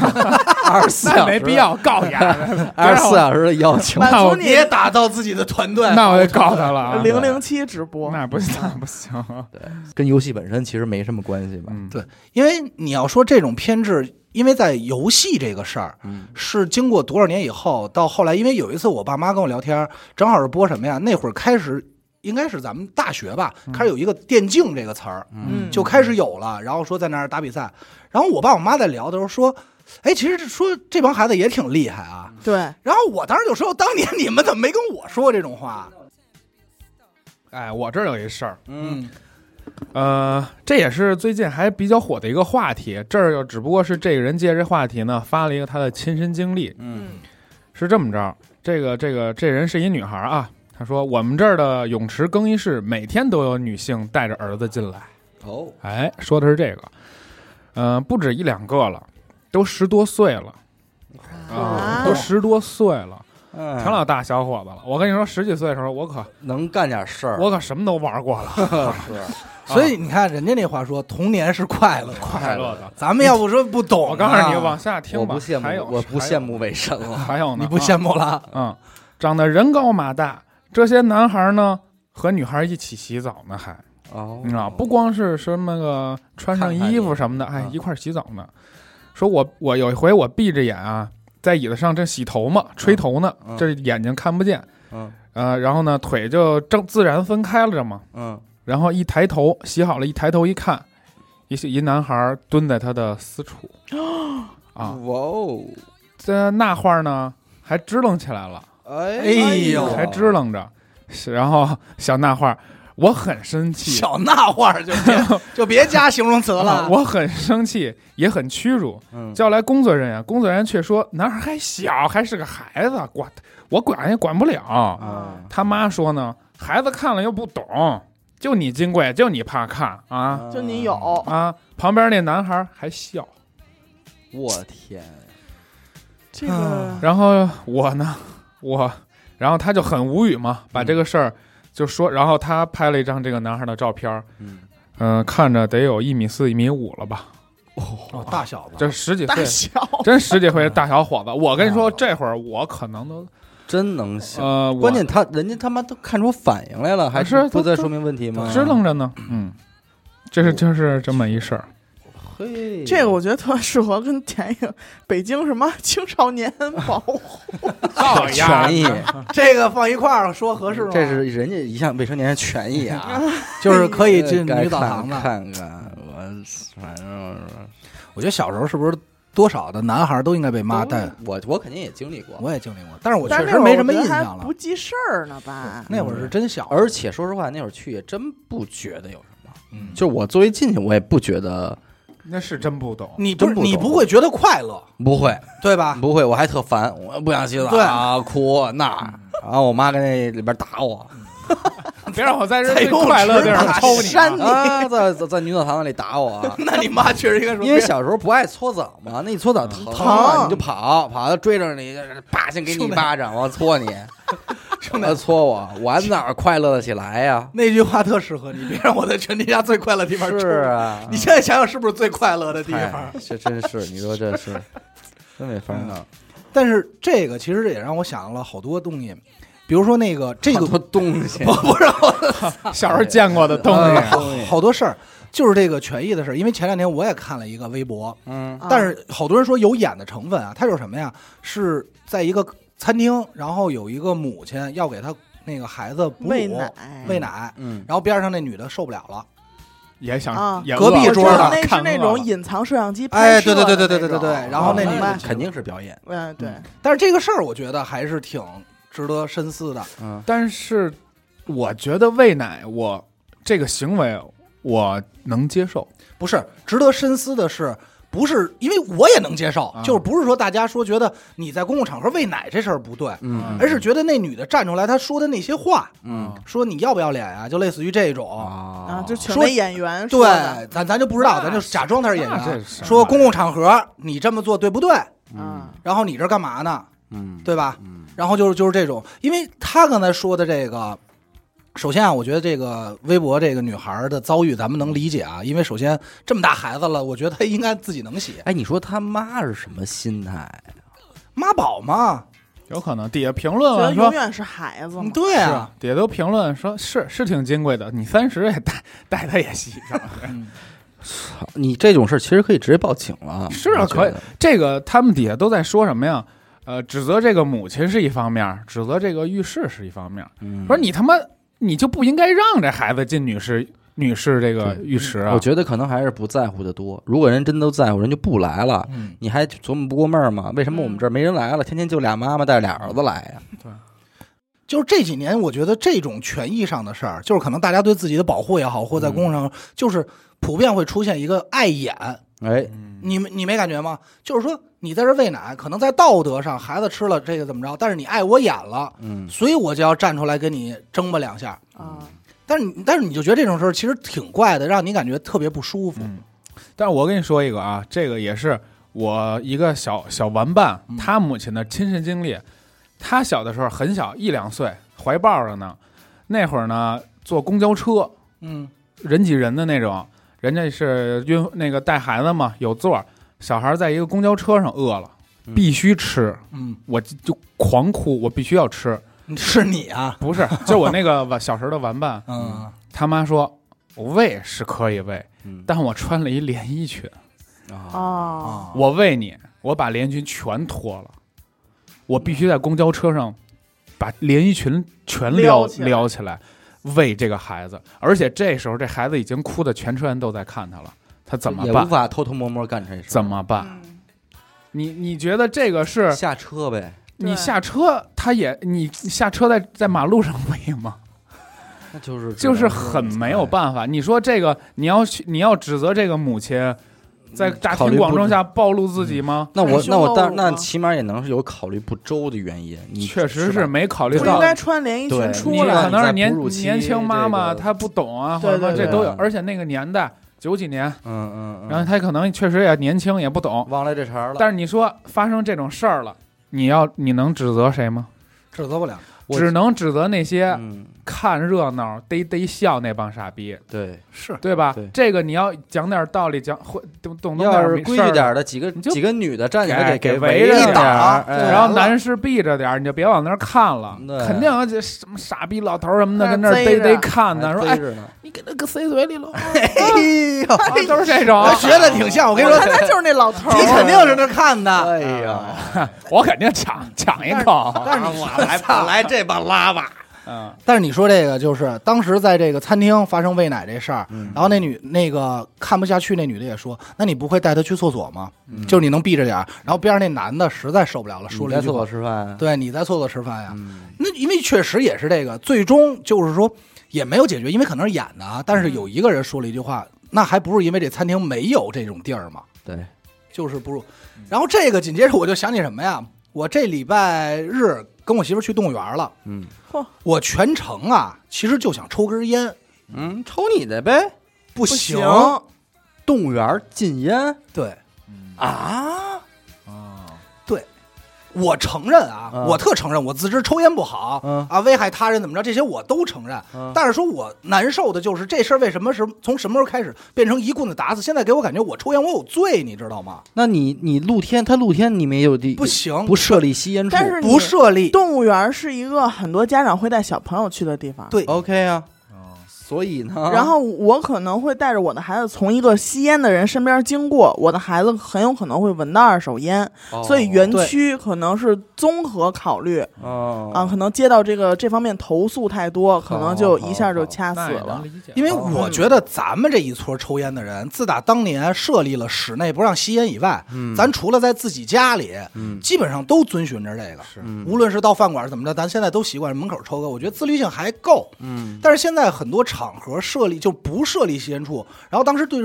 [SPEAKER 1] 二十四
[SPEAKER 4] 那
[SPEAKER 1] 小
[SPEAKER 4] 没
[SPEAKER 1] 时
[SPEAKER 4] 必要告呀，
[SPEAKER 1] 二十四
[SPEAKER 2] 啊
[SPEAKER 1] 小时的 要求。
[SPEAKER 3] 满
[SPEAKER 4] 那
[SPEAKER 3] 足
[SPEAKER 4] 我
[SPEAKER 2] 你
[SPEAKER 3] 你
[SPEAKER 2] 也打造自己的团队。
[SPEAKER 4] 那我得告他了啊，
[SPEAKER 3] 零零七直播，
[SPEAKER 4] 那不行，那不行啊，
[SPEAKER 1] 跟游戏本身其实没什么关系吧？
[SPEAKER 4] 嗯，
[SPEAKER 2] 对因为你要说这种偏执，因为在游戏这个事儿，
[SPEAKER 1] 嗯
[SPEAKER 2] 是经过多少年以后，到后来，因为有一次我爸妈跟我聊天，正好是播什么呀？那会儿开始应该是咱们大学吧，
[SPEAKER 4] 嗯
[SPEAKER 2] 开始有一个电竞这个词儿，
[SPEAKER 3] 嗯，
[SPEAKER 2] 就开始有了。然后说在那儿打比赛，然后我爸我妈在聊的时候说，哎，其实说这帮孩子也挺厉害啊。
[SPEAKER 3] 对，
[SPEAKER 2] 然后我当时就说，当年你们怎么没跟我说过这种话？
[SPEAKER 4] 哎，我这儿有一事儿，
[SPEAKER 1] 嗯，
[SPEAKER 4] 呃，这也是最近还比较火的一个话题。这儿又只不过是这个人借这话题呢，发了一个他的亲身经历，
[SPEAKER 3] 嗯
[SPEAKER 4] 是这么着。这个这个这人是一女孩啊，她说我们这儿的泳池更衣室每天都有女性带着儿子进来，
[SPEAKER 1] 哦，
[SPEAKER 4] 哎，说的是这个，嗯、不止一两个了，都十多岁了，啊、
[SPEAKER 3] 啊
[SPEAKER 4] 都十多岁了。
[SPEAKER 1] 挺
[SPEAKER 4] 挺老大小伙子了。我跟你说，十几岁的时候，我可
[SPEAKER 1] 能干点事儿，啊
[SPEAKER 4] 我可什么都玩 过了，
[SPEAKER 1] 是
[SPEAKER 2] 所以你看人家那话说，童年是快乐的，
[SPEAKER 4] 快乐的。
[SPEAKER 2] 咱们要不说不懂啊，
[SPEAKER 4] 我告诉你，往下听
[SPEAKER 1] 我
[SPEAKER 4] 吧。
[SPEAKER 1] 不羡
[SPEAKER 4] 还有，
[SPEAKER 1] 慕，我不羡慕韦神了，
[SPEAKER 4] 还有。还有呢？
[SPEAKER 2] 你不羡慕了？
[SPEAKER 4] 嗯，长得人高马大，这些男孩呢和女孩一起洗澡呢，还
[SPEAKER 1] 哦
[SPEAKER 4] 你知道，嗯啊不光是什么个穿上衣服什么的，
[SPEAKER 1] 看
[SPEAKER 4] 哎
[SPEAKER 1] 嗯，
[SPEAKER 4] 一块儿洗澡呢。说我我有一回我闭着眼啊，在椅子上正洗头嘛，吹头呢
[SPEAKER 1] 嗯，
[SPEAKER 4] 这眼睛看不见，
[SPEAKER 1] 嗯
[SPEAKER 4] 呃，然后呢腿就正自然分开了着嘛，
[SPEAKER 1] 嗯，
[SPEAKER 4] 然后一抬头洗好了，一抬头一看，一一男孩蹲在他的私 处，啊，
[SPEAKER 1] 哇哦，
[SPEAKER 4] 这那画呢还支棱起来了。
[SPEAKER 1] 哎
[SPEAKER 2] 哎呦
[SPEAKER 4] 还支棱着，是然后小那画儿，我很生气，
[SPEAKER 2] 小那话儿就 别就别加形容词
[SPEAKER 4] 啊
[SPEAKER 2] 了。
[SPEAKER 4] 我很生气，也很屈辱，
[SPEAKER 1] 嗯，
[SPEAKER 4] 叫来工作人员，工作人员却说男孩还小，还是个孩子，管我管也管不了。
[SPEAKER 1] 啊
[SPEAKER 4] 他妈说呢，孩子看了又不懂，就你金贵，就你怕看啊
[SPEAKER 3] 就你有，
[SPEAKER 4] 啊！旁边那男孩还笑，
[SPEAKER 1] 我天，
[SPEAKER 3] 这个
[SPEAKER 2] 啊
[SPEAKER 4] 然后我呢，我，然后他就很无语嘛，把这个事儿就说，然后他拍了一张这个男孩的照片儿。
[SPEAKER 1] 嗯，
[SPEAKER 4] 嗯、看着得有一米四、一米五了吧？
[SPEAKER 2] 哦大小子，
[SPEAKER 4] 这十几
[SPEAKER 3] 大
[SPEAKER 4] 岁，
[SPEAKER 3] 小
[SPEAKER 4] 真十几岁的大小伙子。我跟你说，
[SPEAKER 1] 大小
[SPEAKER 4] 这会儿我可能都
[SPEAKER 1] 真能想。
[SPEAKER 4] 呃，我
[SPEAKER 1] 关键他人家他妈都看出反应来了，还
[SPEAKER 4] 是
[SPEAKER 1] 不
[SPEAKER 4] 都
[SPEAKER 1] 再
[SPEAKER 4] 都
[SPEAKER 1] 说明问题吗？
[SPEAKER 4] 支棱着呢。嗯，这是就是这么一事儿。
[SPEAKER 1] 嘿，
[SPEAKER 3] 这个我觉得特适合跟前一个北京什么 青少年保护
[SPEAKER 4] 造
[SPEAKER 1] 权益，
[SPEAKER 2] 这个放一块儿说合适吗？
[SPEAKER 1] 这是人家一项未成年人权益啊，
[SPEAKER 2] 就是可以进
[SPEAKER 1] 该
[SPEAKER 2] 女澡堂
[SPEAKER 1] 看
[SPEAKER 2] 的。
[SPEAKER 1] 看看，我反正
[SPEAKER 2] 我觉得小时候是不是多少的男孩都应该被骂，但
[SPEAKER 1] 我我肯定也经历过，
[SPEAKER 2] 我也经历过，但是我
[SPEAKER 3] 但
[SPEAKER 2] 确
[SPEAKER 3] 是
[SPEAKER 2] 实
[SPEAKER 3] 那会儿我
[SPEAKER 2] 没什么
[SPEAKER 3] 觉
[SPEAKER 2] 印
[SPEAKER 3] 得还
[SPEAKER 2] 象了嗯
[SPEAKER 3] 不。记事儿呢吧？
[SPEAKER 2] 那会儿是真小，
[SPEAKER 1] 而且说实话，那会儿去也真不觉得有什么，
[SPEAKER 2] 嗯
[SPEAKER 1] 就我作为进去，我也不觉得
[SPEAKER 4] 那是真不懂。
[SPEAKER 2] 你不
[SPEAKER 1] 真不懂
[SPEAKER 2] 你不会觉得快乐，
[SPEAKER 1] 不会
[SPEAKER 2] 对吧？
[SPEAKER 1] 啊不会，我还特烦，我不想洗澡
[SPEAKER 2] 对
[SPEAKER 1] 啊，哭那，然后我妈跟那里边打我
[SPEAKER 4] 别让我在这
[SPEAKER 2] 在
[SPEAKER 4] 最
[SPEAKER 2] 游泳
[SPEAKER 4] 快乐的
[SPEAKER 2] 池
[SPEAKER 4] 地儿
[SPEAKER 2] 打。
[SPEAKER 4] 抽你
[SPEAKER 3] 扇
[SPEAKER 4] 啊。
[SPEAKER 3] 你
[SPEAKER 1] 啊，在在在女澡堂子里打我
[SPEAKER 2] 那你妈确实应该说，
[SPEAKER 1] 因为小时候不爱搓澡嘛，那你搓澡疼啊，
[SPEAKER 3] 疼
[SPEAKER 1] 你就跑，跑他追着你，啪先给你一巴掌，我搓你，
[SPEAKER 2] 兄弟
[SPEAKER 1] 他搓我，我哪儿快乐得起来呀？
[SPEAKER 2] 那句话特适合你，别让我在全天下最快乐的地方
[SPEAKER 1] 是
[SPEAKER 2] 抽。
[SPEAKER 1] 啊，
[SPEAKER 2] 你现在想想是不是最快乐的地方
[SPEAKER 1] 哎？这真是你说这是真没法弄，
[SPEAKER 2] 但是这个其实也让我想了好多东西，比如说那个这个
[SPEAKER 1] 好多东西，
[SPEAKER 2] 我 不知道
[SPEAKER 4] 小时候见过的东
[SPEAKER 1] 哎
[SPEAKER 4] 西，
[SPEAKER 2] 嗯
[SPEAKER 1] 呀东西
[SPEAKER 2] 好多事儿，就是这个权益的事儿。因为前两天我也看了一个微博，
[SPEAKER 1] 嗯
[SPEAKER 3] 啊
[SPEAKER 2] 但是好多人说有演的成分啊，它就是什么呀？是在一个呃餐厅，然后有一个母亲要给她那个孩子哺乳
[SPEAKER 3] 喂奶
[SPEAKER 2] 喂奶
[SPEAKER 1] 嗯，
[SPEAKER 2] 然后边上那女的受不了了，
[SPEAKER 4] 也
[SPEAKER 3] 啊
[SPEAKER 4] 想也
[SPEAKER 2] 隔壁
[SPEAKER 4] 饿了
[SPEAKER 2] 桌的
[SPEAKER 3] 我知道那
[SPEAKER 4] 看
[SPEAKER 3] 是那
[SPEAKER 4] 饿
[SPEAKER 3] 种
[SPEAKER 4] 了
[SPEAKER 3] 隐藏摄像机
[SPEAKER 2] 哎
[SPEAKER 3] 拍摄的
[SPEAKER 2] 对对对
[SPEAKER 3] 那
[SPEAKER 2] 对对对对
[SPEAKER 3] 种
[SPEAKER 2] 哎然后那
[SPEAKER 3] 哦
[SPEAKER 2] 女
[SPEAKER 3] 明
[SPEAKER 2] 的
[SPEAKER 3] 白
[SPEAKER 1] 肯定是表演，
[SPEAKER 3] 嗯对，
[SPEAKER 2] 但是这个事儿我觉得还是挺值得深思的。
[SPEAKER 1] 嗯
[SPEAKER 4] 但是我觉得喂奶，我这个行为我能接受。
[SPEAKER 2] 不是值得深思的是，不是因为我也能接受，
[SPEAKER 4] 啊
[SPEAKER 2] 就是不是说大家说觉得你在公共场合喂奶这事儿不对，
[SPEAKER 1] 嗯
[SPEAKER 2] 而是觉得那女的站出来她说的那些话，
[SPEAKER 1] 嗯
[SPEAKER 2] 说你要不要脸啊，就类似于这种。
[SPEAKER 1] 啊
[SPEAKER 3] 啊，就权
[SPEAKER 2] 说啊
[SPEAKER 3] 威演员
[SPEAKER 2] 对
[SPEAKER 3] 说的，
[SPEAKER 2] 咱咱就不知道，
[SPEAKER 4] 那
[SPEAKER 2] 咱就假装他是演
[SPEAKER 4] 那这
[SPEAKER 2] 员。
[SPEAKER 4] 是
[SPEAKER 2] 啊说公共场合你这么做对不对？
[SPEAKER 3] 嗯，
[SPEAKER 2] 然后你这干嘛呢？
[SPEAKER 1] 嗯
[SPEAKER 2] 对吧？
[SPEAKER 1] 嗯
[SPEAKER 2] 然后就是就是这种，因为他刚才说的这个，首先啊，我觉得这个微博这个女孩的遭遇咱们能理解啊，因为首先这么大孩子了，我觉得她应该自己能写
[SPEAKER 1] 哎，你说他妈是什么心态？
[SPEAKER 2] 妈宝嘛，
[SPEAKER 4] 有可能底下评
[SPEAKER 3] 觉
[SPEAKER 4] 论
[SPEAKER 3] 得
[SPEAKER 4] 了
[SPEAKER 3] 永
[SPEAKER 4] 说。
[SPEAKER 3] 远是孩子嘛
[SPEAKER 2] 嗯，对
[SPEAKER 4] 是
[SPEAKER 2] 啊，，
[SPEAKER 4] 底下都评论说是是挺金贵的，你三十也 带带他也洗上。
[SPEAKER 2] 啊嗯
[SPEAKER 1] 操你这种事儿其实可以直接报警了，
[SPEAKER 4] 是啊
[SPEAKER 1] 我觉得
[SPEAKER 4] 可以这个他们底下都在说什么呀？呃，指责这个母亲是一方面，指责这个浴室是一方面，
[SPEAKER 1] 嗯
[SPEAKER 4] 说你他妈你就不应该让这孩子进女室女室这个浴池啊！
[SPEAKER 1] 我觉得可能还是不在乎的多。如果人真都在乎，人就不来了。
[SPEAKER 2] 嗯，
[SPEAKER 1] 你还琢磨不过闷儿吗？为什么我们这儿没人来
[SPEAKER 4] 嗯
[SPEAKER 1] 了？天天就俩妈妈带着俩儿子来呀、
[SPEAKER 2] 就是这几年，我觉得这种权益上的事儿，就是可能大家对自己的保护也好，或在公共场合，就是普遍会出现一个碍眼，
[SPEAKER 1] 哎，
[SPEAKER 2] 你们你没感觉吗？就是说你在这喂奶，可能在道德上孩子吃了这个怎么着，但是你碍我眼了，
[SPEAKER 1] 嗯，
[SPEAKER 2] 所以我就要站出来跟你争吧两下。
[SPEAKER 3] 啊，
[SPEAKER 2] 但是你但是你就觉得这种事儿其实挺怪的，让你感觉特别不舒服。
[SPEAKER 4] 嗯，但是我跟你说一个啊，这个也是我一个小小玩伴
[SPEAKER 2] 嗯
[SPEAKER 4] 他母亲的亲身经历。他小的时候很小，一两岁，怀抱着呢。那会儿呢，坐公交车，
[SPEAKER 2] 嗯，
[SPEAKER 4] 人挤人的那种，人家是晕那个带孩子嘛，有座儿，小孩在一个公交车上饿了
[SPEAKER 1] 嗯，
[SPEAKER 4] 必须吃，
[SPEAKER 2] 嗯，
[SPEAKER 4] 我就就狂哭，我必须要吃。
[SPEAKER 2] 是你啊，
[SPEAKER 4] 不 是，就我那个玩小时候的玩伴，
[SPEAKER 2] 嗯，
[SPEAKER 4] 他妈说，我喂是可以喂，
[SPEAKER 1] 嗯
[SPEAKER 4] 但我穿了一连衣裙，
[SPEAKER 1] 啊，
[SPEAKER 3] 哦，
[SPEAKER 2] 啊，
[SPEAKER 4] 我喂你，我把连衣裙全脱了，我必须在公交车上把连衣裙全撩
[SPEAKER 3] 撩起来
[SPEAKER 4] 撩起来，喂这个孩子，而且这时候这孩子已经哭的全车人都在看他了，他怎么
[SPEAKER 1] 也
[SPEAKER 4] 办
[SPEAKER 1] 无？法偷偷摸摸干这事儿，
[SPEAKER 4] 怎么办？
[SPEAKER 3] 嗯
[SPEAKER 4] 你你觉得这个是
[SPEAKER 1] 下车呗？
[SPEAKER 3] 对
[SPEAKER 4] 你下车，他也你下车在在马路上喂吗？
[SPEAKER 1] 那就是哎
[SPEAKER 4] 就是很没有办法。你说这个，你要去你要指责这个母亲在大
[SPEAKER 1] 嗯考虑
[SPEAKER 4] 庭
[SPEAKER 1] 不嗯
[SPEAKER 4] 广众下暴露自己吗？
[SPEAKER 1] 那我
[SPEAKER 3] 太
[SPEAKER 1] 那
[SPEAKER 3] 凶
[SPEAKER 1] 我
[SPEAKER 3] 了
[SPEAKER 1] 当
[SPEAKER 3] 我
[SPEAKER 1] 那起码也能是有考虑不周的原因，你
[SPEAKER 4] 确实
[SPEAKER 1] 是
[SPEAKER 4] 是
[SPEAKER 1] 吧
[SPEAKER 4] 没考虑
[SPEAKER 3] 不
[SPEAKER 4] 到
[SPEAKER 3] 应。该穿连衣
[SPEAKER 1] 对
[SPEAKER 3] 裙
[SPEAKER 1] 你
[SPEAKER 3] 出
[SPEAKER 1] 知道
[SPEAKER 4] 可
[SPEAKER 3] 来。
[SPEAKER 4] 能
[SPEAKER 1] 在
[SPEAKER 4] 是
[SPEAKER 1] 哺
[SPEAKER 4] 年
[SPEAKER 1] 乳期
[SPEAKER 4] 年轻妈妈
[SPEAKER 1] 这个
[SPEAKER 4] 她不懂啊，或
[SPEAKER 3] 对
[SPEAKER 4] 者说
[SPEAKER 3] 对
[SPEAKER 4] 这
[SPEAKER 1] 对
[SPEAKER 4] 都有
[SPEAKER 1] 对，
[SPEAKER 4] 而且那个年代九几年，
[SPEAKER 1] 嗯嗯，嗯
[SPEAKER 4] 然后她可能确实也年轻也不懂。
[SPEAKER 1] 忘了这茬儿了。
[SPEAKER 4] 但是你说发生这种事儿了，你要你能指责谁吗？
[SPEAKER 2] 指责不了，
[SPEAKER 1] 我
[SPEAKER 4] 只能指责那些
[SPEAKER 1] 嗯，
[SPEAKER 4] 看热闹逮逮笑那帮傻逼，
[SPEAKER 1] 对，
[SPEAKER 2] 是
[SPEAKER 4] 对吧？
[SPEAKER 1] 对
[SPEAKER 4] 这个你要讲点道理，讲会懂懂得
[SPEAKER 1] 要
[SPEAKER 4] 点
[SPEAKER 1] 是
[SPEAKER 4] 事
[SPEAKER 1] 规矩
[SPEAKER 4] 儿
[SPEAKER 1] 点儿的，几个
[SPEAKER 4] 你就
[SPEAKER 1] 几个女的站起来
[SPEAKER 4] 给
[SPEAKER 1] 给
[SPEAKER 4] 给围
[SPEAKER 1] 着
[SPEAKER 4] 着
[SPEAKER 1] 点
[SPEAKER 4] 点
[SPEAKER 2] 儿
[SPEAKER 1] 儿，哎
[SPEAKER 2] 对
[SPEAKER 4] 然后男士避着点儿，你就别往那儿看了
[SPEAKER 1] 对，
[SPEAKER 4] 肯定有这什么傻逼老头儿什么的跟那儿
[SPEAKER 3] 还
[SPEAKER 4] 逮
[SPEAKER 3] 贼着啊
[SPEAKER 4] 逮看呢，说
[SPEAKER 1] 还
[SPEAKER 4] 哎
[SPEAKER 1] 逮，着呢，
[SPEAKER 3] 你给他给塞嘴里了，
[SPEAKER 2] 哎 呦，
[SPEAKER 4] 啊 都是这种，
[SPEAKER 2] 我 学的挺像，我
[SPEAKER 3] 我
[SPEAKER 2] 跟你说，
[SPEAKER 3] 看他就是那老 头儿，
[SPEAKER 1] 啊
[SPEAKER 2] 你肯定是那看的，
[SPEAKER 1] 哎呀，
[SPEAKER 4] 我肯定抢抢一 口，
[SPEAKER 2] 啊但是你 来来这帮拉吧。
[SPEAKER 4] 嗯，
[SPEAKER 2] 但是你说这个就是当时在这个餐厅发生喂奶这事儿，
[SPEAKER 1] 嗯
[SPEAKER 2] 然后那女那个看不下去，那女的也说：“那你不会带她去厕所吗？就是你能避着点儿。”然后边上那男的实在受不了了，说
[SPEAKER 1] 嗯你
[SPEAKER 2] 了一
[SPEAKER 1] 在
[SPEAKER 2] 句
[SPEAKER 1] 厕所
[SPEAKER 2] 话
[SPEAKER 1] 吃饭啊？：“
[SPEAKER 2] 对，你在厕所吃饭呀。
[SPEAKER 1] 嗯，
[SPEAKER 2] 那因为确实也是这个，最终就是说也没有解决，因为可能是演的啊。但是
[SPEAKER 1] 嗯
[SPEAKER 2] 有一个人说了一句话，那还不是因为这餐厅没有这种地儿吗？
[SPEAKER 1] 对，
[SPEAKER 2] 就是不入。然后这个紧接着我就想起什么呀？我这礼拜日跟我媳妇儿去动物园了，
[SPEAKER 1] 嗯
[SPEAKER 2] 我全程啊其实就想抽根烟，
[SPEAKER 1] 嗯，抽你的呗。
[SPEAKER 2] 不
[SPEAKER 3] 行
[SPEAKER 1] 动物园禁烟
[SPEAKER 2] 对
[SPEAKER 1] 啊？
[SPEAKER 2] 我承认啊，
[SPEAKER 1] 嗯
[SPEAKER 2] 我特承认，我自知抽烟不好、
[SPEAKER 1] 嗯
[SPEAKER 2] 啊，危害他人怎么着，这些我都承认。
[SPEAKER 1] 嗯
[SPEAKER 2] 但是说我难受的就是这事儿，为什么是从什么时候开始变成一棍子打死？现在给我感觉我抽烟我有罪，你知道吗？
[SPEAKER 1] 那你你露天，他露天你们也有地
[SPEAKER 2] 不行，
[SPEAKER 1] 不设立吸烟处，
[SPEAKER 3] 但是
[SPEAKER 2] 不设立，
[SPEAKER 3] 动物园是一个很多家长会带小朋友去的地方。
[SPEAKER 2] 对
[SPEAKER 1] OK 啊？所以呢，
[SPEAKER 3] 然后我可能会带着我的孩子从一个吸烟的人身边经过，我的孩子很有可能会闻到二手烟，
[SPEAKER 1] 哦
[SPEAKER 3] 所以园
[SPEAKER 2] 对
[SPEAKER 3] 区可能是综合考虑啊，
[SPEAKER 1] 哦
[SPEAKER 3] 可能接到这个这方面投诉太多，可能就
[SPEAKER 1] 好
[SPEAKER 3] 一下就
[SPEAKER 1] 好
[SPEAKER 3] 掐死
[SPEAKER 4] 那也能
[SPEAKER 3] 了。
[SPEAKER 4] 理解
[SPEAKER 2] 因为我觉得咱们这一撮抽烟的人，自打当年设立了室内不让吸烟以外，
[SPEAKER 1] 嗯
[SPEAKER 2] 咱除了在自己家里，
[SPEAKER 1] 嗯
[SPEAKER 2] 基本上都遵循着这个。
[SPEAKER 1] 嗯
[SPEAKER 2] 无论是到饭馆怎么着，咱现在都习惯门口抽个，我觉得自律性还够。
[SPEAKER 1] 嗯
[SPEAKER 2] 但是现在很多场合设立就不设立吸烟处，然后当时对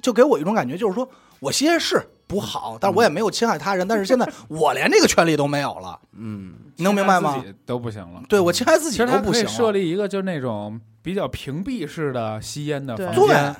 [SPEAKER 2] 就给我一种感觉，就是说我吸烟是不好，但
[SPEAKER 4] 嗯
[SPEAKER 2] 我也没有侵害他人，但是现在我连这个权利都没有 了，
[SPEAKER 1] 嗯
[SPEAKER 2] 你能明白
[SPEAKER 4] 现
[SPEAKER 2] 吗
[SPEAKER 4] 在？自己都不行了。
[SPEAKER 2] 对我侵害自
[SPEAKER 4] 其
[SPEAKER 2] 己
[SPEAKER 4] 实
[SPEAKER 2] 都
[SPEAKER 4] 他
[SPEAKER 2] 不
[SPEAKER 4] 可以
[SPEAKER 2] 行
[SPEAKER 4] 设
[SPEAKER 2] 了。
[SPEAKER 4] 立一个就是那种比较屏蔽式的吸烟的
[SPEAKER 3] 对
[SPEAKER 4] 房
[SPEAKER 2] 对
[SPEAKER 4] 间，，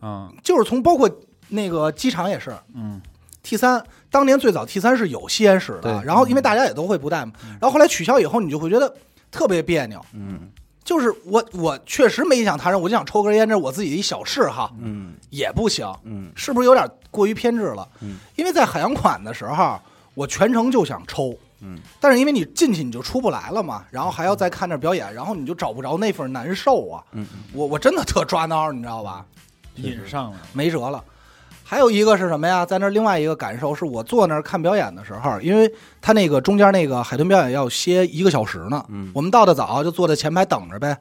[SPEAKER 4] 嗯
[SPEAKER 2] 就是从包括那个机场也是，
[SPEAKER 4] 嗯，
[SPEAKER 2] T 三当年最早 T 三是有吸烟室的
[SPEAKER 1] 对，嗯
[SPEAKER 2] 然后因为大家也都会不带嘛，然后后来取消以后，你就会觉得特别别扭。
[SPEAKER 1] 嗯
[SPEAKER 2] 就是我我确实没影响他人，我就想抽根烟，这是我自己的一小嗜好，
[SPEAKER 1] 嗯
[SPEAKER 2] 也不行，
[SPEAKER 1] 嗯
[SPEAKER 2] 是不是有点过于偏执了？
[SPEAKER 1] 嗯
[SPEAKER 2] 因为在海洋馆的时候，我全程就想抽，
[SPEAKER 1] 嗯，
[SPEAKER 2] 但是因为你进去你就出不来了嘛，然后还要再看那表演，然后你就找不着那份难受啊，
[SPEAKER 1] 嗯
[SPEAKER 2] 我我真的特抓挠，你知道吧？
[SPEAKER 4] 引上了，
[SPEAKER 2] 没辙了。还有一个是什么呀？在那儿另外一个感受是我坐那儿看表演的时候，因为他那个中间那个海豚表演要歇一个小时呢，
[SPEAKER 1] 嗯
[SPEAKER 2] 我们到的早，就坐在前排等着呗。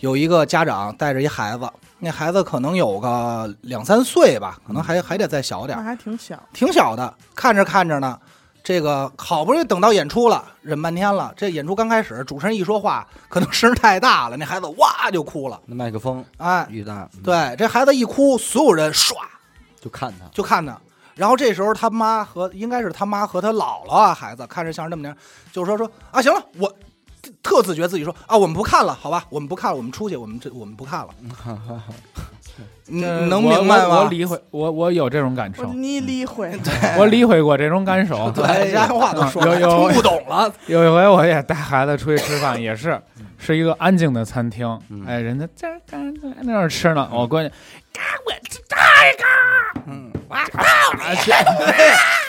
[SPEAKER 2] 有一个家长带着一孩子，那孩子可能有个两三岁吧，可能还还得再小点
[SPEAKER 3] 那
[SPEAKER 2] 儿，
[SPEAKER 3] 还挺小，
[SPEAKER 2] 挺小的。看着看着呢，这个好不容易等到演出了，忍半天了。这演出刚开始，主持人一说话，可能声儿太大了，那孩子哇就哭了。
[SPEAKER 1] 那麦克风
[SPEAKER 2] 哎，
[SPEAKER 1] 雨大，
[SPEAKER 2] 对，这孩子一哭，所有人唰
[SPEAKER 1] 就看他，
[SPEAKER 2] 就看他。然后这时候他妈和应该是他妈和他姥姥啊，孩子看着像是这么点儿，就说说啊，行了，我 特自觉自己说啊，我们不看了，好吧，我们不看了，我们出去，我们这我们不看了。你
[SPEAKER 4] 呃
[SPEAKER 2] 能
[SPEAKER 4] 我
[SPEAKER 2] 明白
[SPEAKER 4] 我我
[SPEAKER 2] 吗？
[SPEAKER 4] 理解，我我有这种感
[SPEAKER 3] 我
[SPEAKER 4] 受，
[SPEAKER 3] 你理会，
[SPEAKER 4] 我理解过这种感受。
[SPEAKER 2] 对，家乡话都 说
[SPEAKER 4] 有
[SPEAKER 2] 了
[SPEAKER 4] 有
[SPEAKER 2] 听不懂了，
[SPEAKER 4] 有一回我也带孩子出去吃饭，也是是一个安静的餐厅
[SPEAKER 1] 嗯，
[SPEAKER 4] 哎，人家在在在那儿吃呢，我过去，
[SPEAKER 1] 嗯，
[SPEAKER 4] 啊去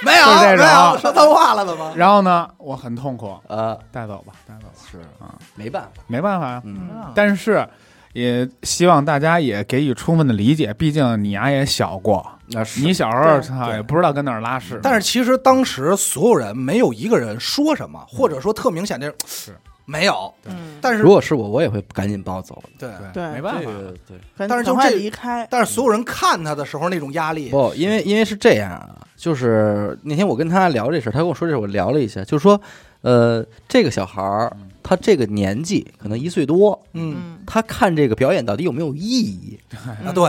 [SPEAKER 2] 没有
[SPEAKER 4] 就是这
[SPEAKER 2] 没
[SPEAKER 4] 种啊
[SPEAKER 2] 有说脏话了怎么？
[SPEAKER 4] 然后呢，我很痛苦，
[SPEAKER 1] 呃，
[SPEAKER 4] 带走吧，带走吧，
[SPEAKER 1] 是
[SPEAKER 4] 啊，
[SPEAKER 1] 没办法，
[SPEAKER 4] 没办法呀。
[SPEAKER 1] 嗯，
[SPEAKER 3] 嗯
[SPEAKER 4] 但是也希望大家也给予充分的理解，毕竟你丫也小过，
[SPEAKER 1] 那是
[SPEAKER 4] 你小时候
[SPEAKER 3] 对
[SPEAKER 4] 操
[SPEAKER 3] 对
[SPEAKER 4] 也不知道跟哪儿拉屎，
[SPEAKER 2] 但是其实当时所有人没有一个人说什么，或者说特明显这
[SPEAKER 4] 是
[SPEAKER 2] 没有，
[SPEAKER 3] 嗯，
[SPEAKER 2] 但是
[SPEAKER 1] 如果是我，我也会赶紧抱走。
[SPEAKER 2] 对，
[SPEAKER 4] 对，
[SPEAKER 3] 对
[SPEAKER 4] 没办
[SPEAKER 1] 这
[SPEAKER 4] 法，
[SPEAKER 1] 个对，
[SPEAKER 3] 赶
[SPEAKER 2] 但是就
[SPEAKER 3] 赶快
[SPEAKER 2] 这
[SPEAKER 3] 离开，
[SPEAKER 2] 但是所有人看他的时候那种压力，
[SPEAKER 1] 不，因为因为是这样啊，就是那天我跟他聊这事儿，他跟我说这事儿，我聊了一下，就是说，呃，这个小孩儿
[SPEAKER 4] 嗯
[SPEAKER 1] 他这个年纪可能一岁多，
[SPEAKER 2] 嗯，
[SPEAKER 3] 嗯，
[SPEAKER 1] 他看这个表演到底有没有意义？
[SPEAKER 4] 嗯
[SPEAKER 2] 啊对，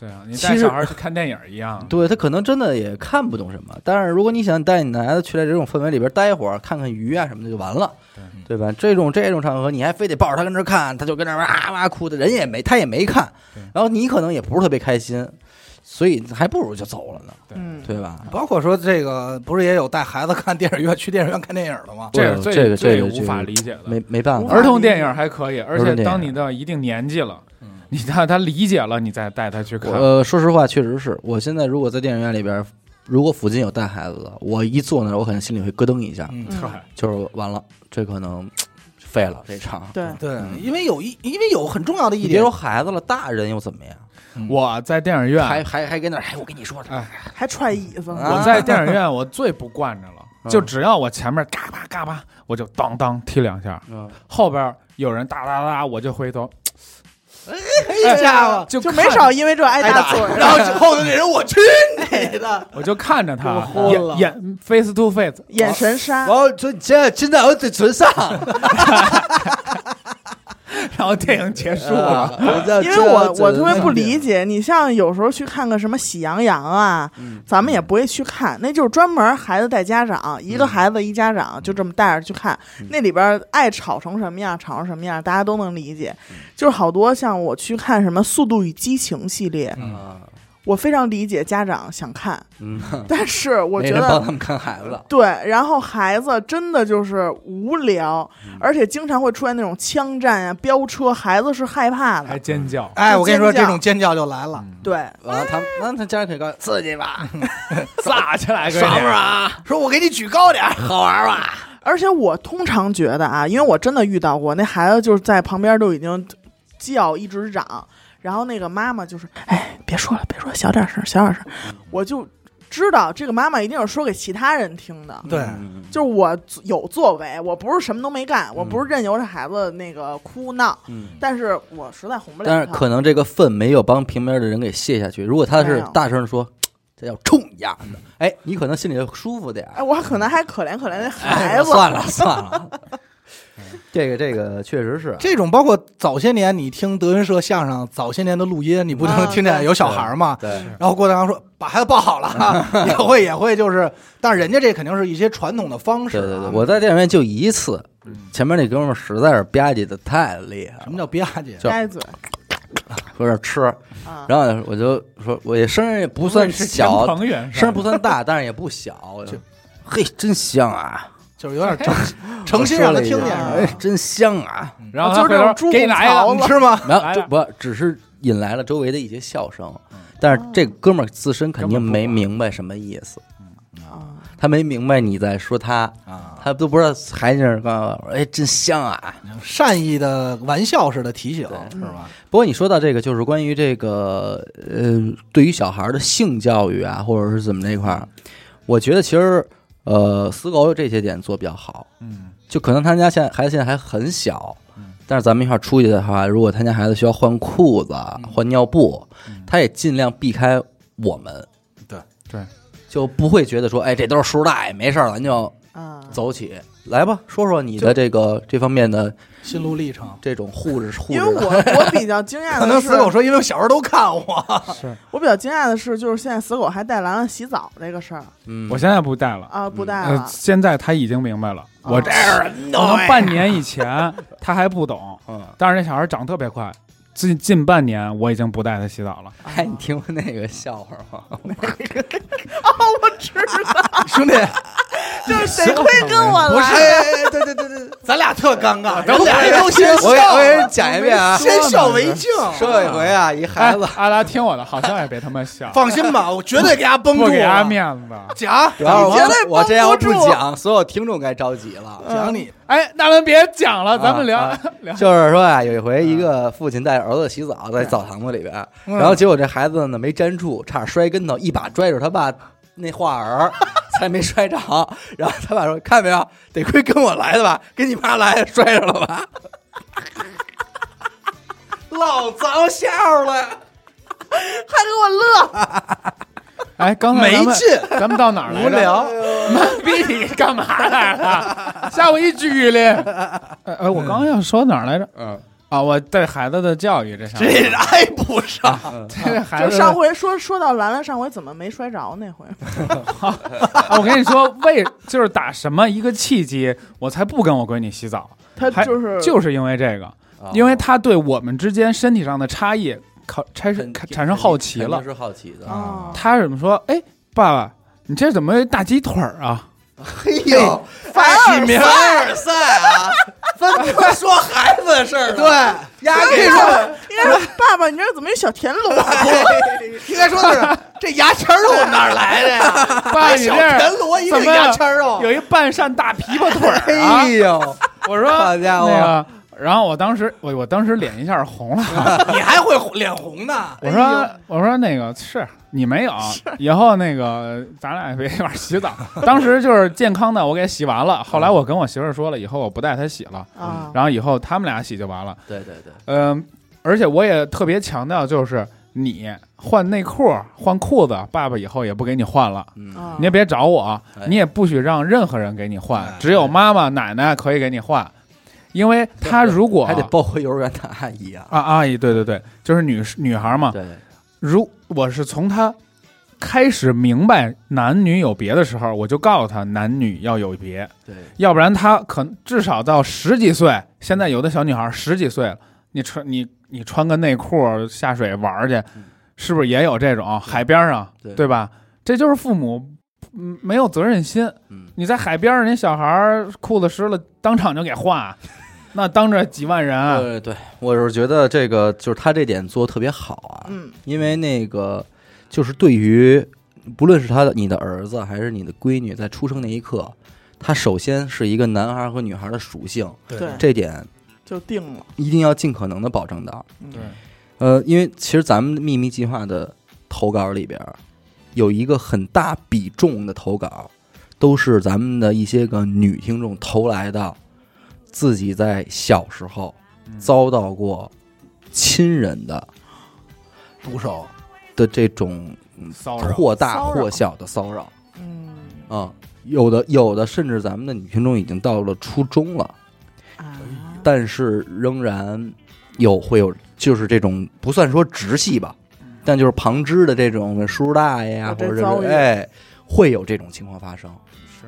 [SPEAKER 4] 对啊，你
[SPEAKER 1] 其
[SPEAKER 4] 带
[SPEAKER 1] 实
[SPEAKER 4] 小孩去看电影一样，
[SPEAKER 1] 对他可能真的也看不懂什么，但是如果你想带你的孩子去在这种氛围里边待会儿，看看鱼啊什么的就完了
[SPEAKER 4] 对，
[SPEAKER 1] 对吧？这种这种场合，你还非得抱着他跟这儿看，他就跟那儿哇哇哭的，人也没他也没看
[SPEAKER 4] 对，
[SPEAKER 1] 然后你可能也不是特别开心，所以还不如就走了呢，
[SPEAKER 3] 嗯，
[SPEAKER 1] 对吧？
[SPEAKER 2] 包括说这个不是也有带孩子看电影院去电影院看电影的吗？
[SPEAKER 4] 这
[SPEAKER 1] 不
[SPEAKER 4] 最
[SPEAKER 1] 这个
[SPEAKER 4] 最
[SPEAKER 1] 这个
[SPEAKER 4] 无法
[SPEAKER 1] 这个
[SPEAKER 4] 理解的。
[SPEAKER 1] 没没办
[SPEAKER 3] 无
[SPEAKER 1] 法
[SPEAKER 3] 法，
[SPEAKER 4] 儿童电影还可以，而
[SPEAKER 1] 童
[SPEAKER 4] 且
[SPEAKER 1] 电影
[SPEAKER 4] 当你到一定年纪了
[SPEAKER 2] 嗯，
[SPEAKER 4] 你到他理解了，你再带他去看。
[SPEAKER 1] 呃，说实话，确实是我现在如果在电影院里边，如果附近有带孩子的，我一坐那儿，我可能心里会咯噔一下，
[SPEAKER 2] 嗯
[SPEAKER 4] 对，
[SPEAKER 1] 就是完了，这可能废了这场。
[SPEAKER 3] 对，
[SPEAKER 2] 对，
[SPEAKER 1] 嗯
[SPEAKER 2] 因为有一，因为有很重要的一
[SPEAKER 1] 你别
[SPEAKER 2] 点
[SPEAKER 1] 说，孩子了，大人又怎么样？
[SPEAKER 4] 我在电影
[SPEAKER 1] 还
[SPEAKER 4] 院，
[SPEAKER 1] 还还跟那儿，哎，我跟你说，
[SPEAKER 4] 哎
[SPEAKER 3] 还踹椅子，
[SPEAKER 1] 啊
[SPEAKER 4] 我在电影院，我最不惯着了，
[SPEAKER 1] 嗯
[SPEAKER 4] 就只要我前面嘎巴嘎巴，我就当当踢两下，
[SPEAKER 1] 嗯，
[SPEAKER 4] 后边有人哒哒哒，我就回头，
[SPEAKER 2] 哎家伙，
[SPEAKER 4] 就
[SPEAKER 3] 就
[SPEAKER 4] 看
[SPEAKER 3] 没少，因为这挨
[SPEAKER 2] 挨
[SPEAKER 3] 打
[SPEAKER 2] 打
[SPEAKER 3] 嘴儿，，
[SPEAKER 2] 然后后头那人 我去你的，
[SPEAKER 4] 我就看着
[SPEAKER 2] 我
[SPEAKER 4] 他
[SPEAKER 2] 昏了
[SPEAKER 4] 眼眼 face to face，
[SPEAKER 3] 眼神杀，
[SPEAKER 1] 后就现在现在我嘴唇上，
[SPEAKER 4] 然后电影结束了。
[SPEAKER 1] 因
[SPEAKER 3] 因为我我特别不理解，你像有时候去看个什么《喜羊羊》啊，
[SPEAKER 1] 嗯嗯
[SPEAKER 3] 咱们也不会去看，那就是专门孩子带家长，一个孩子一家长就这么带着去看，那里边爱吵成什么样，吵成什么样，大家都能理解。
[SPEAKER 1] 嗯
[SPEAKER 3] 就是好多像我去看什么《速度与激情》系列，
[SPEAKER 1] 啊，
[SPEAKER 3] 我非常理解家长想看，
[SPEAKER 1] 嗯，
[SPEAKER 3] 但是我
[SPEAKER 1] 没
[SPEAKER 3] 觉
[SPEAKER 1] 人帮
[SPEAKER 3] 得。
[SPEAKER 1] 他们看孩子 了，
[SPEAKER 3] 对，然后孩子真的就是无聊，
[SPEAKER 1] 嗯
[SPEAKER 3] 而且经常会出现那种枪战啊、飙车，孩子是害怕
[SPEAKER 4] 还
[SPEAKER 3] 的。
[SPEAKER 4] 尖叫，
[SPEAKER 2] 哎，我跟你说，
[SPEAKER 3] 就尖
[SPEAKER 2] 这
[SPEAKER 3] 叫嗯
[SPEAKER 2] 种尖叫就来了，
[SPEAKER 3] 对，
[SPEAKER 1] 完啊了他们那他家人可以告诉刺激 吧，啊
[SPEAKER 4] 炸起来，
[SPEAKER 1] 爽不
[SPEAKER 4] 哥俩
[SPEAKER 1] 爽？
[SPEAKER 2] 说我给你举 高点儿，好玩吧？
[SPEAKER 3] 而且我通常觉得啊，因为我真的遇到过，那孩子就是在旁边都已经叫一直嚷，然后那个妈妈就是，哎，别说了，别说了，小点声，小点声，我就知道这个妈妈一定是说给其他人听的。
[SPEAKER 2] 对，
[SPEAKER 1] 嗯
[SPEAKER 3] 就是我有作为，我不是什么都没干，我不是任由这孩子那个哭闹，
[SPEAKER 1] 嗯。
[SPEAKER 3] 但是我实在哄不了他。
[SPEAKER 1] 但是可能这个粪没有帮旁边的人给卸下去。如果他
[SPEAKER 3] 没
[SPEAKER 1] 是
[SPEAKER 3] 有
[SPEAKER 1] 大声地说“这叫冲丫的”，哎，你可能心里就舒服点儿。
[SPEAKER 3] 哎，我可能还可怜可怜那孩子。
[SPEAKER 1] 哎算 了算了，这个这个确实是，啊
[SPEAKER 2] 这种包括早些年你听德云社相声，早些年的录音，你不能
[SPEAKER 3] 啊
[SPEAKER 2] 听见
[SPEAKER 3] 对
[SPEAKER 2] 有小孩儿嘛？
[SPEAKER 1] 对，
[SPEAKER 2] 然后郭德纲说把孩子抱好了啊，也会也会就是，但是人家这肯定是一些传统的方式、
[SPEAKER 1] 对
[SPEAKER 2] 啊。
[SPEAKER 1] 对对，我在电影院就一次，前面那哥们儿实在是吧唧的太厉害
[SPEAKER 2] 什
[SPEAKER 1] 了，
[SPEAKER 2] 么叫吧唧？啊
[SPEAKER 1] 就
[SPEAKER 3] 该嘴
[SPEAKER 1] 有点吃，
[SPEAKER 3] 啊，
[SPEAKER 1] 然后我就说，我也声儿也不算
[SPEAKER 4] 是
[SPEAKER 1] 小，
[SPEAKER 4] 朋远
[SPEAKER 1] 声儿不算大，但是也不 小，我就嘿，真香啊！
[SPEAKER 2] 就是有点 诚诚心让他听见
[SPEAKER 1] 我
[SPEAKER 2] 是
[SPEAKER 1] 说
[SPEAKER 2] 吧嗯
[SPEAKER 1] 了一句哎，真香啊！
[SPEAKER 4] 然后
[SPEAKER 3] 啊就是
[SPEAKER 4] 他
[SPEAKER 3] 这
[SPEAKER 4] 回
[SPEAKER 3] 种
[SPEAKER 4] 头
[SPEAKER 3] 猪
[SPEAKER 4] 给你
[SPEAKER 3] 拱
[SPEAKER 4] 来啊
[SPEAKER 3] 槽
[SPEAKER 2] 你
[SPEAKER 3] 子
[SPEAKER 2] 吃 吗？
[SPEAKER 1] 没有
[SPEAKER 4] 来，
[SPEAKER 1] 这
[SPEAKER 4] 了
[SPEAKER 1] 不只是引来了周围的一些笑声，
[SPEAKER 2] 嗯
[SPEAKER 1] 但是这哥们儿自身肯定没明白什么意思，
[SPEAKER 3] 啊
[SPEAKER 1] 他没明白你在说他，
[SPEAKER 2] 啊，
[SPEAKER 1] 他都不知道还在那儿干嘛，哎，真香啊！
[SPEAKER 2] 善意的玩笑式的提醒
[SPEAKER 1] 对
[SPEAKER 2] 是吧？
[SPEAKER 1] 不过你说到这个，就是关于这个呃，对于小孩儿的性教育啊，或者是怎么那块儿，我觉得其实呃，死狗有这些点做比较好。
[SPEAKER 4] 嗯，
[SPEAKER 1] 就可能他家现在孩子现在还很小
[SPEAKER 4] 嗯，
[SPEAKER 1] 但是咱们一块儿出去的话，如果他家孩子需要换裤子、啊换尿布
[SPEAKER 4] 嗯，
[SPEAKER 1] 他也尽量避开我们。
[SPEAKER 2] 对
[SPEAKER 4] 对，
[SPEAKER 1] 就不会觉得说，哎，这都是叔叔大爷，没事儿，咱就
[SPEAKER 3] 啊，
[SPEAKER 1] 走起。来吧，说说你的这个这方面的
[SPEAKER 2] 心路历程。
[SPEAKER 1] 这种护着护
[SPEAKER 3] 因为
[SPEAKER 1] 着
[SPEAKER 3] 我
[SPEAKER 1] 的，
[SPEAKER 3] 我比较惊讶
[SPEAKER 2] 可
[SPEAKER 3] 的
[SPEAKER 2] 能
[SPEAKER 3] 是，
[SPEAKER 2] 死狗说，因为我小时候都看我，
[SPEAKER 4] 是
[SPEAKER 3] 我比较惊讶的是，就是现在死狗还带兰兰洗澡这个事儿
[SPEAKER 1] 嗯，
[SPEAKER 4] 我现在不带了。
[SPEAKER 3] 啊，不带
[SPEAKER 4] 呃，
[SPEAKER 3] 了。
[SPEAKER 4] 现在他已经明白了，
[SPEAKER 3] 啊
[SPEAKER 4] 我这可能半年以前他还不懂，
[SPEAKER 1] 嗯
[SPEAKER 4] 但是那小孩长特别快，近近半年我已经不带他洗澡了。
[SPEAKER 3] 啊
[SPEAKER 1] 哎，你听过那个笑话 吗？
[SPEAKER 3] 哦我知道，
[SPEAKER 1] 兄弟，
[SPEAKER 3] 就是谁会跟我
[SPEAKER 2] 不是，
[SPEAKER 3] 来？
[SPEAKER 2] 哎哎哎对对对对，咱俩特尴尬，
[SPEAKER 1] 等会儿
[SPEAKER 2] 俩都先
[SPEAKER 1] 我给我给
[SPEAKER 2] 笑，
[SPEAKER 1] 你讲一遍啊。
[SPEAKER 2] 先笑为敬。
[SPEAKER 1] 说有一回啊，一孩子
[SPEAKER 4] 哎，阿拉听我的，好像也别他妈笑，
[SPEAKER 2] 放心吧，我绝对给他绷住啊
[SPEAKER 4] 不
[SPEAKER 2] 了。
[SPEAKER 4] 给他面子。
[SPEAKER 2] 讲
[SPEAKER 1] 主要
[SPEAKER 3] 你绝对
[SPEAKER 1] 我我这要
[SPEAKER 3] 绷
[SPEAKER 1] 不
[SPEAKER 3] 不住
[SPEAKER 2] 啊
[SPEAKER 3] 嗯
[SPEAKER 1] 讲，所有听众该着急了。
[SPEAKER 2] 讲你，
[SPEAKER 4] 哎，那咱别讲了，咱们聊、
[SPEAKER 1] 啊
[SPEAKER 4] 聊。
[SPEAKER 1] 就是说啊，有一回一个父亲带着儿子洗澡，在澡堂子里边，
[SPEAKER 2] 嗯
[SPEAKER 1] 然后结果这孩子呢没粘住，差点摔跟头，一把拽住他爸那话儿， 才没摔着。然后他爸说：“看没有，得亏跟我来的吧，跟你妈来的摔着了吧。” 老糟笑了，
[SPEAKER 3] 还给我乐，
[SPEAKER 4] 哎，刚才咱们
[SPEAKER 2] 没劲
[SPEAKER 4] 咱们到哪儿来着？
[SPEAKER 1] 无聊。
[SPEAKER 4] 妈逼，你干嘛来了？吓我一激灵！哎哎，我刚要说哪儿来着？
[SPEAKER 1] 嗯，
[SPEAKER 4] 啊，我对孩子的教育这上面，
[SPEAKER 2] 这挨不上。
[SPEAKER 1] 啊
[SPEAKER 4] 这个孩
[SPEAKER 3] 就
[SPEAKER 4] 子
[SPEAKER 3] 上回说说到兰兰，上回怎么没摔着那回？
[SPEAKER 4] 啊 我跟你说，为就是打什么一个契机，我才不跟我闺女洗澡，
[SPEAKER 3] 她
[SPEAKER 4] 还
[SPEAKER 3] 就是
[SPEAKER 4] 就是因为这个，
[SPEAKER 1] 哦
[SPEAKER 4] 因为她对我们之间身体上的差异，考产生
[SPEAKER 1] 肯
[SPEAKER 4] 产生好奇
[SPEAKER 1] 肯定
[SPEAKER 4] 了。
[SPEAKER 1] 是好奇的。
[SPEAKER 4] 哦
[SPEAKER 3] 啊，
[SPEAKER 4] 她怎么说？哎，爸爸，你这怎么有一大鸡腿儿啊？
[SPEAKER 1] 哎呦，
[SPEAKER 2] 发起名儿
[SPEAKER 1] 凡尔赛 啊，
[SPEAKER 2] 快说孩子的事儿，
[SPEAKER 1] 对，
[SPEAKER 2] 呀，可以说，
[SPEAKER 3] 应该说爸爸，你这怎么有小田螺？啊
[SPEAKER 2] 应该说的是这牙签儿肉哪儿来的 呀？
[SPEAKER 4] 爸，你这
[SPEAKER 2] 小
[SPEAKER 4] 儿
[SPEAKER 2] 田螺一
[SPEAKER 4] 怎
[SPEAKER 2] 个
[SPEAKER 4] 么
[SPEAKER 2] 牙签儿哦肉，
[SPEAKER 4] 有一半扇大琵琶腿儿啊
[SPEAKER 1] 哎！呦，
[SPEAKER 4] 我说
[SPEAKER 1] 好家伙
[SPEAKER 4] 那个，然后我当时我我当时脸一下红了，
[SPEAKER 2] 你还会脸红呢？
[SPEAKER 4] 我说我说那个是你没有，以后那个咱俩也别一块儿洗澡。当时就是健康的我给洗完了，后来我跟我媳妇儿说了，以后我不带她洗了，
[SPEAKER 3] 啊，
[SPEAKER 4] 然后以后他们俩洗就完了。
[SPEAKER 1] 对对对，
[SPEAKER 4] 嗯，而且我也特别强调，就是你换内裤换裤子，爸爸以后也不给你换了。
[SPEAKER 1] 嗯，
[SPEAKER 3] 啊
[SPEAKER 4] 你也别找我
[SPEAKER 1] 哎，
[SPEAKER 4] 你也不许让任何人给你换
[SPEAKER 2] 哎，
[SPEAKER 4] 只有妈妈、奶奶可以给你换，因为她如果
[SPEAKER 1] 还得包括幼儿园的阿姨啊。
[SPEAKER 4] 啊，阿姨，对对对，就是女女孩嘛。
[SPEAKER 1] 对，
[SPEAKER 4] 如我是从她开始明白男女有别的时候，我就告诉她男女要有别，
[SPEAKER 1] 对，
[SPEAKER 4] 要不然她可能至少到十几岁，现在有的小女孩十几岁了，你穿你你穿个内裤下水玩儿去
[SPEAKER 1] 嗯，
[SPEAKER 4] 是不是也有这种海边上，
[SPEAKER 1] 对
[SPEAKER 4] 对吧？这就是父母。嗯没有责任心。
[SPEAKER 1] 嗯，
[SPEAKER 4] 你在海边儿，人小孩儿裤子湿了，当场就给 换，那当着几万人，啊
[SPEAKER 1] 对对，我是觉得这个就是他这点做得特别好啊，
[SPEAKER 3] 嗯，
[SPEAKER 1] 因为那个就是对于不论是他的你的儿子还是你的闺女，在出生那一刻，他首先是一个男孩和女孩的属性，
[SPEAKER 3] 对，
[SPEAKER 1] 这点
[SPEAKER 3] 就定了，
[SPEAKER 1] 一定要尽可能的保证到。
[SPEAKER 3] 嗯
[SPEAKER 4] 对
[SPEAKER 1] 呃，因为其实咱们秘密计划的投稿里边儿有一个很大比重的投稿，都是咱们的一些个女听众投来的，自己在小时候
[SPEAKER 3] 嗯
[SPEAKER 1] 遭到过亲人的
[SPEAKER 2] 毒手，
[SPEAKER 1] 的这种
[SPEAKER 4] 骚扰。
[SPEAKER 1] 或大
[SPEAKER 3] 骚扰
[SPEAKER 1] 或小的骚扰
[SPEAKER 3] 嗯
[SPEAKER 1] 啊、有的有的甚至咱们的女听众已经到了初中了，
[SPEAKER 3] 啊，
[SPEAKER 1] 但是仍然有会有就是这种不算说直系吧，但就是旁支的这种叔大爷呀
[SPEAKER 3] 有，
[SPEAKER 1] 或
[SPEAKER 3] 这
[SPEAKER 1] 者
[SPEAKER 3] 嗯哦遭遇
[SPEAKER 1] 是哎，会有这种情况发生。
[SPEAKER 4] 是，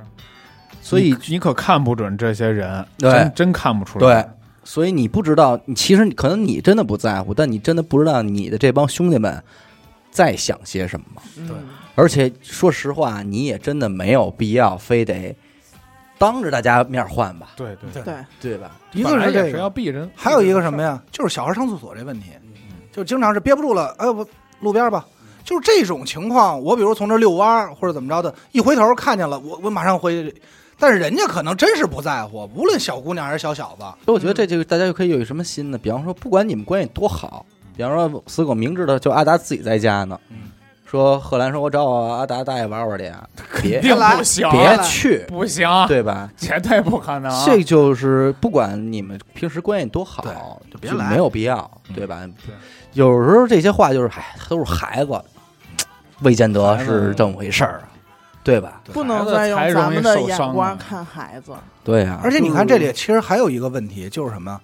[SPEAKER 1] 所以
[SPEAKER 4] 你你可看不准这些人，
[SPEAKER 1] 对
[SPEAKER 4] 真真看不出来。
[SPEAKER 1] 对所以你不知道，你其实可能你真的不在乎，但你真的不知道你的这帮兄弟们在想些什么。
[SPEAKER 3] 对
[SPEAKER 1] 而且说实话，你也真的没有必要非得当着大家面换吧，
[SPEAKER 4] 对对
[SPEAKER 2] 对
[SPEAKER 3] 对，
[SPEAKER 1] 对吧？
[SPEAKER 2] 一个是
[SPEAKER 4] 本来也
[SPEAKER 2] 这
[SPEAKER 4] 是
[SPEAKER 2] 个
[SPEAKER 4] 要，避人，
[SPEAKER 2] 还有一个什么呀？就是小孩上厕所这问题，就经常是憋不住了，哎，我路边吧。就是这种情况，我比如从这遛弯儿或者怎么着的，一回头看见了，我我马上回去。但是人家可能真是不在乎，无论小姑娘还是小小子，
[SPEAKER 1] 所以我觉得
[SPEAKER 2] 嗯
[SPEAKER 1] 这这个大家就可以有什么新的，比方说，不管你们关系多好，比方说死狗明知道就阿达自己在家呢，
[SPEAKER 2] 嗯
[SPEAKER 1] 说贺兰说我找我阿达大爷玩玩去啊，别
[SPEAKER 4] 一定
[SPEAKER 2] 来
[SPEAKER 4] 不行，
[SPEAKER 1] 别去，
[SPEAKER 4] 不行，
[SPEAKER 2] 啊
[SPEAKER 1] 对吧？
[SPEAKER 4] 绝对不可能。
[SPEAKER 1] 这就是不管你们平时关系多好，
[SPEAKER 2] 对就别
[SPEAKER 1] 就
[SPEAKER 2] 来嗯
[SPEAKER 1] 没有必要，对吧？
[SPEAKER 4] 对
[SPEAKER 1] 有时候这些话就是，哎，都是孩子，未见得
[SPEAKER 4] 孩子
[SPEAKER 1] 是这么回事儿啊，对吧？
[SPEAKER 3] 不能再用咱们的眼光看孩子，
[SPEAKER 1] 对呀、啊
[SPEAKER 2] 而，且你看这里其实还有一个问题，就是什么？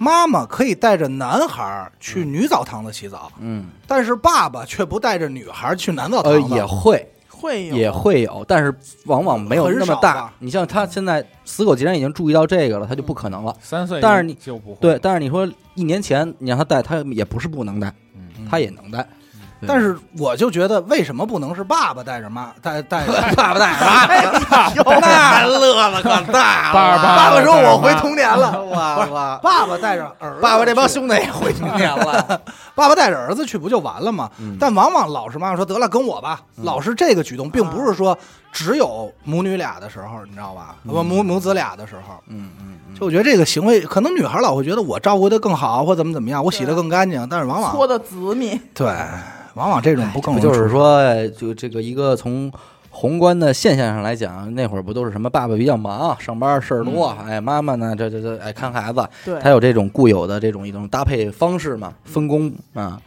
[SPEAKER 2] 妈妈可以带着男孩儿去女澡堂子洗澡，
[SPEAKER 1] 嗯，
[SPEAKER 2] 但是爸爸却不带着女孩儿去男澡
[SPEAKER 1] 呃，
[SPEAKER 2] 堂子。
[SPEAKER 1] 也会
[SPEAKER 3] 会有
[SPEAKER 1] 也会有，但是往往没有
[SPEAKER 2] 很
[SPEAKER 1] 那么
[SPEAKER 2] 少
[SPEAKER 1] 大
[SPEAKER 2] 吧。
[SPEAKER 1] 你像他现在死狗，既然已经注意到这个了，他
[SPEAKER 2] 嗯
[SPEAKER 1] 就不可能了。
[SPEAKER 4] 三岁，
[SPEAKER 1] 但是你
[SPEAKER 4] 就不会
[SPEAKER 1] 对，但是你说一年前你让他带，他也不是不能带，
[SPEAKER 4] 嗯
[SPEAKER 1] 他也能带。对
[SPEAKER 2] 但是我就觉得，为什么不能是爸爸带 着妈带带着爸爸带着妈？
[SPEAKER 1] 哎
[SPEAKER 2] 那乐了，可
[SPEAKER 1] 啊
[SPEAKER 2] 大了！
[SPEAKER 4] 爸爸
[SPEAKER 2] 爸爸
[SPEAKER 4] 带
[SPEAKER 2] 说
[SPEAKER 4] 着妈
[SPEAKER 2] 我回童年了，
[SPEAKER 1] 哇哇！
[SPEAKER 2] 爸爸带着儿子，
[SPEAKER 1] 爸爸这帮兄弟也回去年了，
[SPEAKER 2] 爸爸带着儿子去不就完了吗？
[SPEAKER 1] 嗯
[SPEAKER 2] 但往往老是妈妈说得了跟我吧，老是这个举动，并不是说只有母女俩的时候，你知道吧？不、母母子俩的时候，
[SPEAKER 1] 嗯嗯嗯，
[SPEAKER 2] 就我觉得这个行为，可能女孩老会觉得我照顾的更好，或怎么怎么样，我洗的更干净，但是往
[SPEAKER 3] 搓
[SPEAKER 2] 往
[SPEAKER 3] 的紫米，
[SPEAKER 2] 对，往往这种不更
[SPEAKER 1] 不
[SPEAKER 2] 容易
[SPEAKER 1] 就是
[SPEAKER 2] 出
[SPEAKER 1] 说，就这个一个从宏观的现象上来讲，那会儿不都是什么爸爸比较忙，上班事儿多，哎，妈妈呢，这这这，哎，看孩子，
[SPEAKER 3] 对
[SPEAKER 1] 他，有这种固有的这种一种搭配方式嘛，分工啊。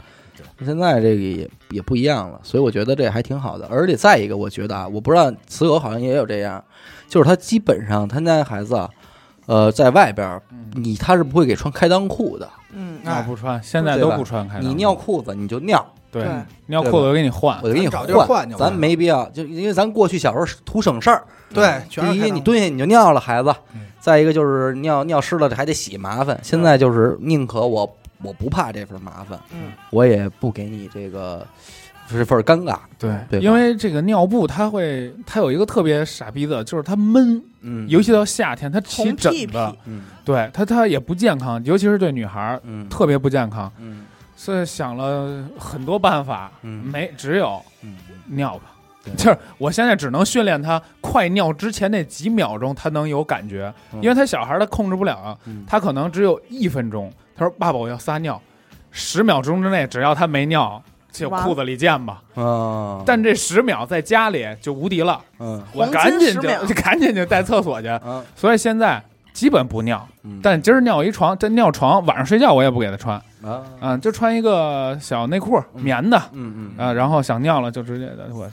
[SPEAKER 1] 现在这个也也不一样了，所以我觉得这还挺好的。而且再一个，我觉得啊，我不知道雌狗好像也有这样，就是他基本上他家孩子啊，呃，在外边儿
[SPEAKER 4] 嗯
[SPEAKER 1] 你他是不会给穿开裆裤的，
[SPEAKER 3] 嗯，
[SPEAKER 4] 那不穿，现
[SPEAKER 1] 啊
[SPEAKER 4] 在
[SPEAKER 1] 对
[SPEAKER 4] 都
[SPEAKER 1] 吧
[SPEAKER 4] 不穿开裆裤。
[SPEAKER 1] 你尿裤子你就尿，
[SPEAKER 4] 对
[SPEAKER 3] 对
[SPEAKER 4] 尿裤子我给你换
[SPEAKER 1] 我，就给你
[SPEAKER 2] 咱找地儿换就完
[SPEAKER 1] 咱没必要，就因为咱过去小时候是图省事儿。
[SPEAKER 2] 对，全是
[SPEAKER 1] 第
[SPEAKER 2] 开
[SPEAKER 1] 一，
[SPEAKER 2] 裆
[SPEAKER 1] 你
[SPEAKER 2] 裤
[SPEAKER 1] 蹲下你就尿了，孩子
[SPEAKER 4] 嗯；
[SPEAKER 1] 再一个就是尿尿湿了还得洗，麻烦。现
[SPEAKER 2] 嗯
[SPEAKER 1] 在就是宁可我我不怕这份麻烦，
[SPEAKER 3] 嗯，
[SPEAKER 1] 我也不给你这个这份尴尬。
[SPEAKER 4] 对
[SPEAKER 1] 对吧
[SPEAKER 4] 因为这个尿布它会，它有一个特别傻逼的，就是它闷，
[SPEAKER 1] 嗯，
[SPEAKER 4] 尤其到夏天它起
[SPEAKER 3] 红
[SPEAKER 4] 疹
[SPEAKER 3] 屁屁，
[SPEAKER 4] 子，
[SPEAKER 1] 嗯
[SPEAKER 4] 对它它也不健康，尤其是对女孩儿
[SPEAKER 1] 嗯
[SPEAKER 4] 特别不健康，
[SPEAKER 1] 嗯
[SPEAKER 4] 所以想了很多办法，
[SPEAKER 1] 嗯
[SPEAKER 4] 没只有
[SPEAKER 1] 嗯
[SPEAKER 4] 尿吧
[SPEAKER 1] 对。
[SPEAKER 4] 就是我现在只能训练他快尿之前那几秒钟，他能有感觉，
[SPEAKER 1] 嗯
[SPEAKER 4] 因为他小孩儿他控制不了啊，
[SPEAKER 1] 嗯
[SPEAKER 4] 他可能只有一分钟。他说：“爸爸，我要撒尿。”十秒钟之内，只要他没尿，就
[SPEAKER 3] 完了
[SPEAKER 4] 裤子里见吧。
[SPEAKER 1] 啊，
[SPEAKER 4] 但这十秒在家里就无敌了，
[SPEAKER 1] 嗯
[SPEAKER 4] 我
[SPEAKER 3] 黄金
[SPEAKER 4] 赶紧
[SPEAKER 3] 10
[SPEAKER 4] 就
[SPEAKER 3] 秒
[SPEAKER 4] 赶紧就带厕所去。
[SPEAKER 1] 啊，
[SPEAKER 4] 所以现在基本不尿，
[SPEAKER 1] 嗯
[SPEAKER 4] 但今儿尿一床，这尿床晚上睡觉我也不给他穿，
[SPEAKER 1] 啊
[SPEAKER 4] 啊，就穿一个小内裤，棉的
[SPEAKER 1] 嗯嗯
[SPEAKER 4] 啊，然后想尿了就直接的我，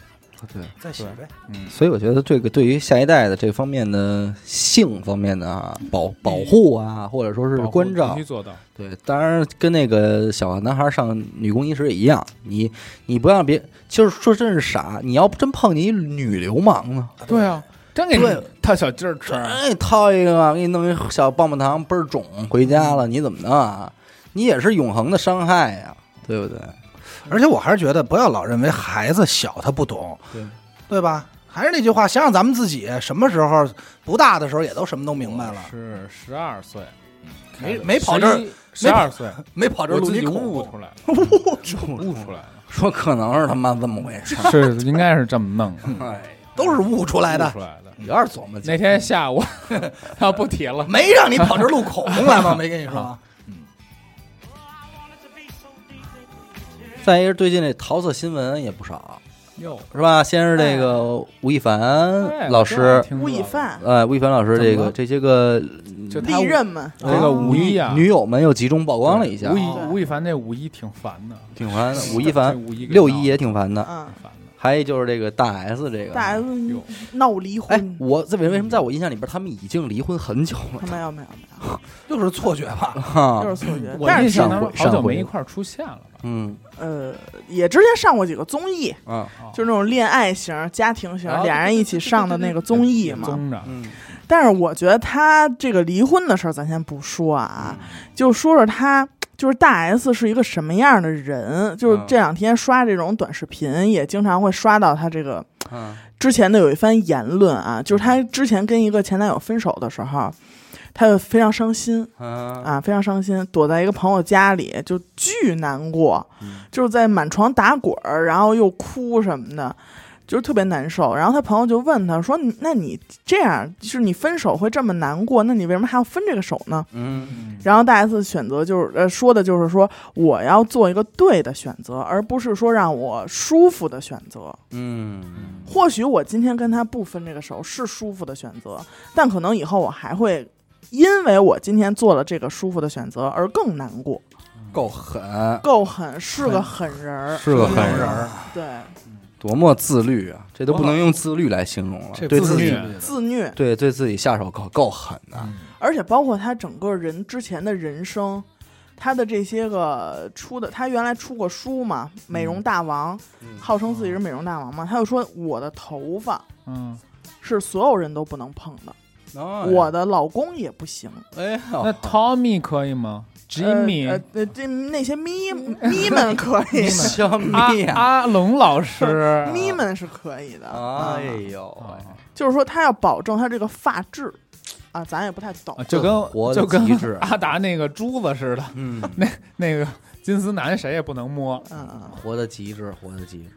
[SPEAKER 1] 对。
[SPEAKER 2] 再洗呗，
[SPEAKER 4] 嗯，
[SPEAKER 1] 所以我觉得这个对于下一代的这方面的性方面的啊保保护啊，或者说是
[SPEAKER 4] 保护
[SPEAKER 1] 关照
[SPEAKER 4] 必须，做到，
[SPEAKER 1] 对，当然跟那个小男孩上女工一时也一样，你你不要别，就是说真是傻，你要真碰见一女流氓呢，
[SPEAKER 4] 对啊，真给你
[SPEAKER 1] 对
[SPEAKER 4] 套小鸡儿吃
[SPEAKER 1] 真，哎掏一个，给你弄一小棒棒糖，倍儿肿，回家了，你怎么弄啊？你也是永恒的伤害呀、对不对？
[SPEAKER 2] 而且我还是觉得不要老认为孩子小他不懂，
[SPEAKER 1] 对
[SPEAKER 2] 对吧？还是那句话，想想咱们自己什么时候不大的时候，也都什么都明白 了，
[SPEAKER 4] 是十二岁，
[SPEAKER 2] 没没跑这儿，
[SPEAKER 4] 十二岁，
[SPEAKER 2] 没跑这
[SPEAKER 4] 我
[SPEAKER 2] 路
[SPEAKER 4] 自
[SPEAKER 2] 你
[SPEAKER 4] 己
[SPEAKER 2] 恐
[SPEAKER 4] 悟
[SPEAKER 2] 怖。
[SPEAKER 4] 出来了，悟出来 了，
[SPEAKER 1] 说可能是他妈这么回事，
[SPEAKER 4] 是应该是这么弄的，
[SPEAKER 1] 哎，
[SPEAKER 2] 都是悟出来
[SPEAKER 4] 悟
[SPEAKER 2] 的
[SPEAKER 4] 出，来的。
[SPEAKER 1] 有点琢磨劲
[SPEAKER 4] 那天下午，啊，不提了。
[SPEAKER 2] 没让你跑这路口红来吗？没跟你说，
[SPEAKER 1] 再一个，最近这桃色新闻也不少，
[SPEAKER 4] 哟，
[SPEAKER 1] 是吧？先是这
[SPEAKER 4] 哎
[SPEAKER 1] 个吴亦凡嗯老师，
[SPEAKER 3] 吴亦，凡
[SPEAKER 1] 呃，吴亦凡老师这
[SPEAKER 4] 怎么
[SPEAKER 1] 个
[SPEAKER 4] 了
[SPEAKER 1] 这些个
[SPEAKER 4] 就嗯他
[SPEAKER 3] 利刃们，嗯
[SPEAKER 4] 这个五一啊，
[SPEAKER 1] 女友们又集中曝光了一下
[SPEAKER 4] 吴，亦
[SPEAKER 3] 对
[SPEAKER 4] 吴亦凡这五一挺烦的，
[SPEAKER 1] 挺烦的。吴亦凡
[SPEAKER 4] 这五一给
[SPEAKER 1] 六一也挺烦的，
[SPEAKER 3] 嗯，
[SPEAKER 4] 烦的。
[SPEAKER 1] 还有就是这个大 S 这个
[SPEAKER 3] 大 S 嗯
[SPEAKER 4] 哟
[SPEAKER 3] 闹离
[SPEAKER 1] 哎
[SPEAKER 3] 婚，，
[SPEAKER 1] 我这为为什么在我印象里边他们已经离婚很久
[SPEAKER 3] 没
[SPEAKER 1] 了？
[SPEAKER 3] 有没有没
[SPEAKER 2] 又是错觉吧？
[SPEAKER 3] 有，就
[SPEAKER 1] 哈，
[SPEAKER 3] 是错觉，
[SPEAKER 4] 我
[SPEAKER 3] 但
[SPEAKER 4] 印
[SPEAKER 3] 是
[SPEAKER 4] 象
[SPEAKER 1] 上回
[SPEAKER 4] 当中好久
[SPEAKER 1] 上回
[SPEAKER 4] 没一块儿出现了吧？
[SPEAKER 1] 嗯
[SPEAKER 3] 呃，也之前上过几个综艺，
[SPEAKER 1] 啊
[SPEAKER 4] 哦
[SPEAKER 3] 就那种恋爱型、家庭型，俩人一起上的那个综艺嘛。
[SPEAKER 4] 综着，
[SPEAKER 1] 嗯
[SPEAKER 3] 但是我觉得他这个离婚的事儿，咱先不说啊，就说说他。就是大 S 是一个什么样的人？就是这两天刷这种短视频，也经常会刷到他这个
[SPEAKER 1] 嗯
[SPEAKER 3] 之前的有一番言论啊，就是他之前跟一个前男友分手的时候，他就非常伤心，
[SPEAKER 1] 啊
[SPEAKER 3] 啊，非常伤心，躲在一个朋友家里，就巨难过，
[SPEAKER 1] 嗯
[SPEAKER 3] 就是在满床打滚儿，然后又哭什么的，就是特别难受。然后他朋友就问他说你：“那你这样，就是你分手会这么难过，那你为什么还要分这个手呢
[SPEAKER 1] 嗯？”
[SPEAKER 3] 然后大 S 选择就是呃说的就是说我要做一个对的选择，而不是说让我舒服的选择。
[SPEAKER 1] 嗯
[SPEAKER 3] 或许我今天跟他不分这个手是舒服的选择，但可能以后我还会因为我今天做了这个舒服的选择而更难过。
[SPEAKER 1] 够狠，
[SPEAKER 3] 够狠，是个狠人啊儿，
[SPEAKER 1] 是个狠
[SPEAKER 2] 是
[SPEAKER 1] 人，
[SPEAKER 2] 人
[SPEAKER 3] 对，
[SPEAKER 1] 多么自律啊！这都不能用自律来形容了，对
[SPEAKER 4] 自
[SPEAKER 1] 自己
[SPEAKER 4] 律
[SPEAKER 3] 自虐，
[SPEAKER 1] 对对自己下手够够狠的，
[SPEAKER 3] 而且包括他整个人之前的人生，他的这些个出的，他原来出过书嘛，《美容大王》
[SPEAKER 2] 嗯
[SPEAKER 3] 号称自己是美容大王嘛，他就说我的头发
[SPEAKER 4] 嗯，
[SPEAKER 3] 是所有人都不能碰的，我的老公也不行。
[SPEAKER 1] 哎呦，
[SPEAKER 4] 那 Tommy 可以吗？Jimmy，
[SPEAKER 3] 呃呃呃，这那些咪咪们可以，
[SPEAKER 1] 香
[SPEAKER 4] 阿
[SPEAKER 1] 蜜啊，
[SPEAKER 4] 阿龙老 师
[SPEAKER 3] 咪们是可以的。
[SPEAKER 1] 哎
[SPEAKER 3] 嗯
[SPEAKER 1] 呦喂，
[SPEAKER 4] 啊
[SPEAKER 3] 就是说他要保证他这个发质啊，咱也不太懂
[SPEAKER 4] 啊。就跟
[SPEAKER 1] 活
[SPEAKER 4] 就
[SPEAKER 1] 得
[SPEAKER 4] 跟
[SPEAKER 1] 极致
[SPEAKER 4] 阿达那个珠子似的，
[SPEAKER 1] 嗯，
[SPEAKER 4] 那个金丝楠谁也不能摸。
[SPEAKER 3] 嗯嗯，
[SPEAKER 1] 活得极致，活得极致，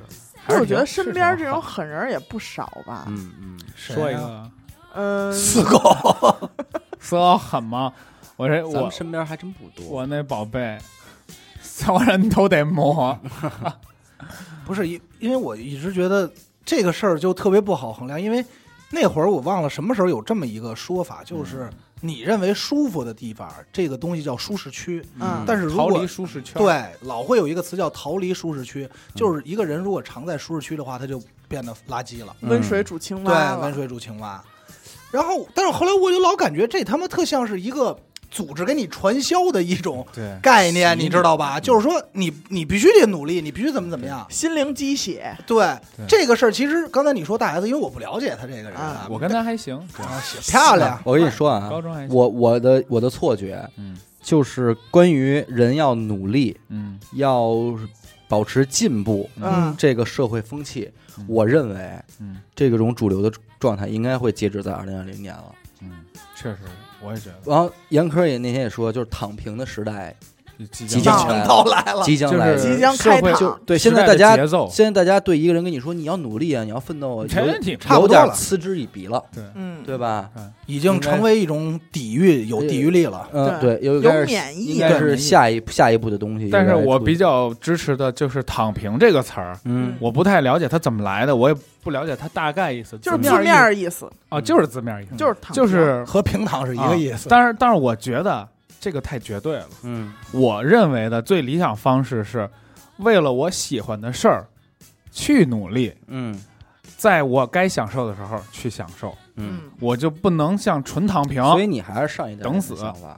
[SPEAKER 3] 但是我觉得
[SPEAKER 4] 还是挺
[SPEAKER 3] 身边这种狠人也不少吧。
[SPEAKER 1] 嗯嗯，
[SPEAKER 2] 啊
[SPEAKER 4] 说一个
[SPEAKER 3] 嗯，
[SPEAKER 1] 狗，
[SPEAKER 4] 色狠吗？我这
[SPEAKER 1] 咱
[SPEAKER 4] 我
[SPEAKER 1] 们身边还真不多，
[SPEAKER 4] 我那宝贝，所有人都得摸。
[SPEAKER 2] 不是因因为我一直觉得这个事儿就特别不好衡量，因为那会儿我忘了什么时候有这么一个说法，就是你认为舒服的地方，这个东西叫舒适区，
[SPEAKER 3] 嗯
[SPEAKER 2] 但是如
[SPEAKER 4] 逃
[SPEAKER 2] 果
[SPEAKER 4] 离舒适圈，，
[SPEAKER 2] 对老会有一个词叫逃离舒适区，就是一个人如果常在舒适区的话，他就变得垃圾了，
[SPEAKER 3] 温水煮青蛙
[SPEAKER 2] 对，
[SPEAKER 3] 了
[SPEAKER 2] 温水煮青蛙。然后，但是后来我就老感觉这他妈特像是一个组织给你传销的一种
[SPEAKER 4] 对
[SPEAKER 2] 概念，
[SPEAKER 1] 洗
[SPEAKER 2] 你知道吧？就是说你你必须得努力，你必须怎么怎么样。
[SPEAKER 3] 心灵鸡血，
[SPEAKER 2] 对
[SPEAKER 4] 对
[SPEAKER 2] 这个事儿，其实刚才你说大 S，因为我不了解他这个人啊
[SPEAKER 3] 啊，
[SPEAKER 4] 我跟他还行，
[SPEAKER 2] 啊漂亮，
[SPEAKER 1] 我跟你说啊
[SPEAKER 4] 高，中还行。
[SPEAKER 1] 我我的我的错觉
[SPEAKER 4] 嗯
[SPEAKER 1] 就是关于人要努力，
[SPEAKER 4] 嗯
[SPEAKER 1] 要保持进步，
[SPEAKER 3] 嗯
[SPEAKER 1] 这个社会风气
[SPEAKER 4] 嗯，
[SPEAKER 1] 我认为
[SPEAKER 4] 嗯
[SPEAKER 1] 这个种主流的状态应该会截止在二零二零年了。
[SPEAKER 4] 嗯，确实，我也觉得
[SPEAKER 1] 然后严科也那天也说，就是躺平的时代
[SPEAKER 4] 即
[SPEAKER 1] 将
[SPEAKER 4] 将
[SPEAKER 1] 来了
[SPEAKER 2] 到来了，
[SPEAKER 1] 即将来
[SPEAKER 4] 就是
[SPEAKER 1] 临。
[SPEAKER 3] 即将开
[SPEAKER 4] 社会
[SPEAKER 3] 躺。
[SPEAKER 1] 对，
[SPEAKER 4] 时
[SPEAKER 1] 现
[SPEAKER 4] 代
[SPEAKER 1] 在
[SPEAKER 4] 的
[SPEAKER 1] 大家
[SPEAKER 4] 节奏
[SPEAKER 1] 现在大家对一个人跟你说你要努力啊，你要奋斗啊，
[SPEAKER 4] 没
[SPEAKER 1] 有
[SPEAKER 4] 问题，
[SPEAKER 2] 差不
[SPEAKER 1] 有
[SPEAKER 2] 多了
[SPEAKER 1] 点嗤之以鼻了，
[SPEAKER 4] 对，
[SPEAKER 3] 嗯，
[SPEAKER 1] 对吧？
[SPEAKER 2] 已经成为一种抵御，有抵御力了。
[SPEAKER 1] 嗯，
[SPEAKER 3] 对
[SPEAKER 1] 对，有
[SPEAKER 3] 有
[SPEAKER 1] 应该是
[SPEAKER 3] 免疫
[SPEAKER 1] 应该
[SPEAKER 2] 对
[SPEAKER 1] 是
[SPEAKER 2] 免疫
[SPEAKER 1] 下一下一步的东西。
[SPEAKER 4] 但是我比
[SPEAKER 1] 较
[SPEAKER 4] 较支持的就是“躺平”这个词儿，
[SPEAKER 1] 嗯
[SPEAKER 4] 我不太了解它怎么来的，我也不了解它大概意思，
[SPEAKER 3] 就是
[SPEAKER 4] 字
[SPEAKER 3] 字
[SPEAKER 4] 面意
[SPEAKER 3] 面意思，
[SPEAKER 4] 啊，就是字面意思，
[SPEAKER 3] 就是躺平
[SPEAKER 4] 就是啊
[SPEAKER 2] 和平躺是一个意思，
[SPEAKER 4] 但是，但是我觉得这个太绝对了。
[SPEAKER 1] 嗯
[SPEAKER 4] 我认为的最理想方式是，为了我喜欢的事儿去努力，
[SPEAKER 1] 嗯
[SPEAKER 4] 在我该享受的时候去享受，
[SPEAKER 1] 嗯，
[SPEAKER 3] 嗯，
[SPEAKER 4] 我就不能像纯躺平。
[SPEAKER 1] 所以你还是上一代人
[SPEAKER 4] 等
[SPEAKER 1] 的
[SPEAKER 4] 死
[SPEAKER 1] 想法，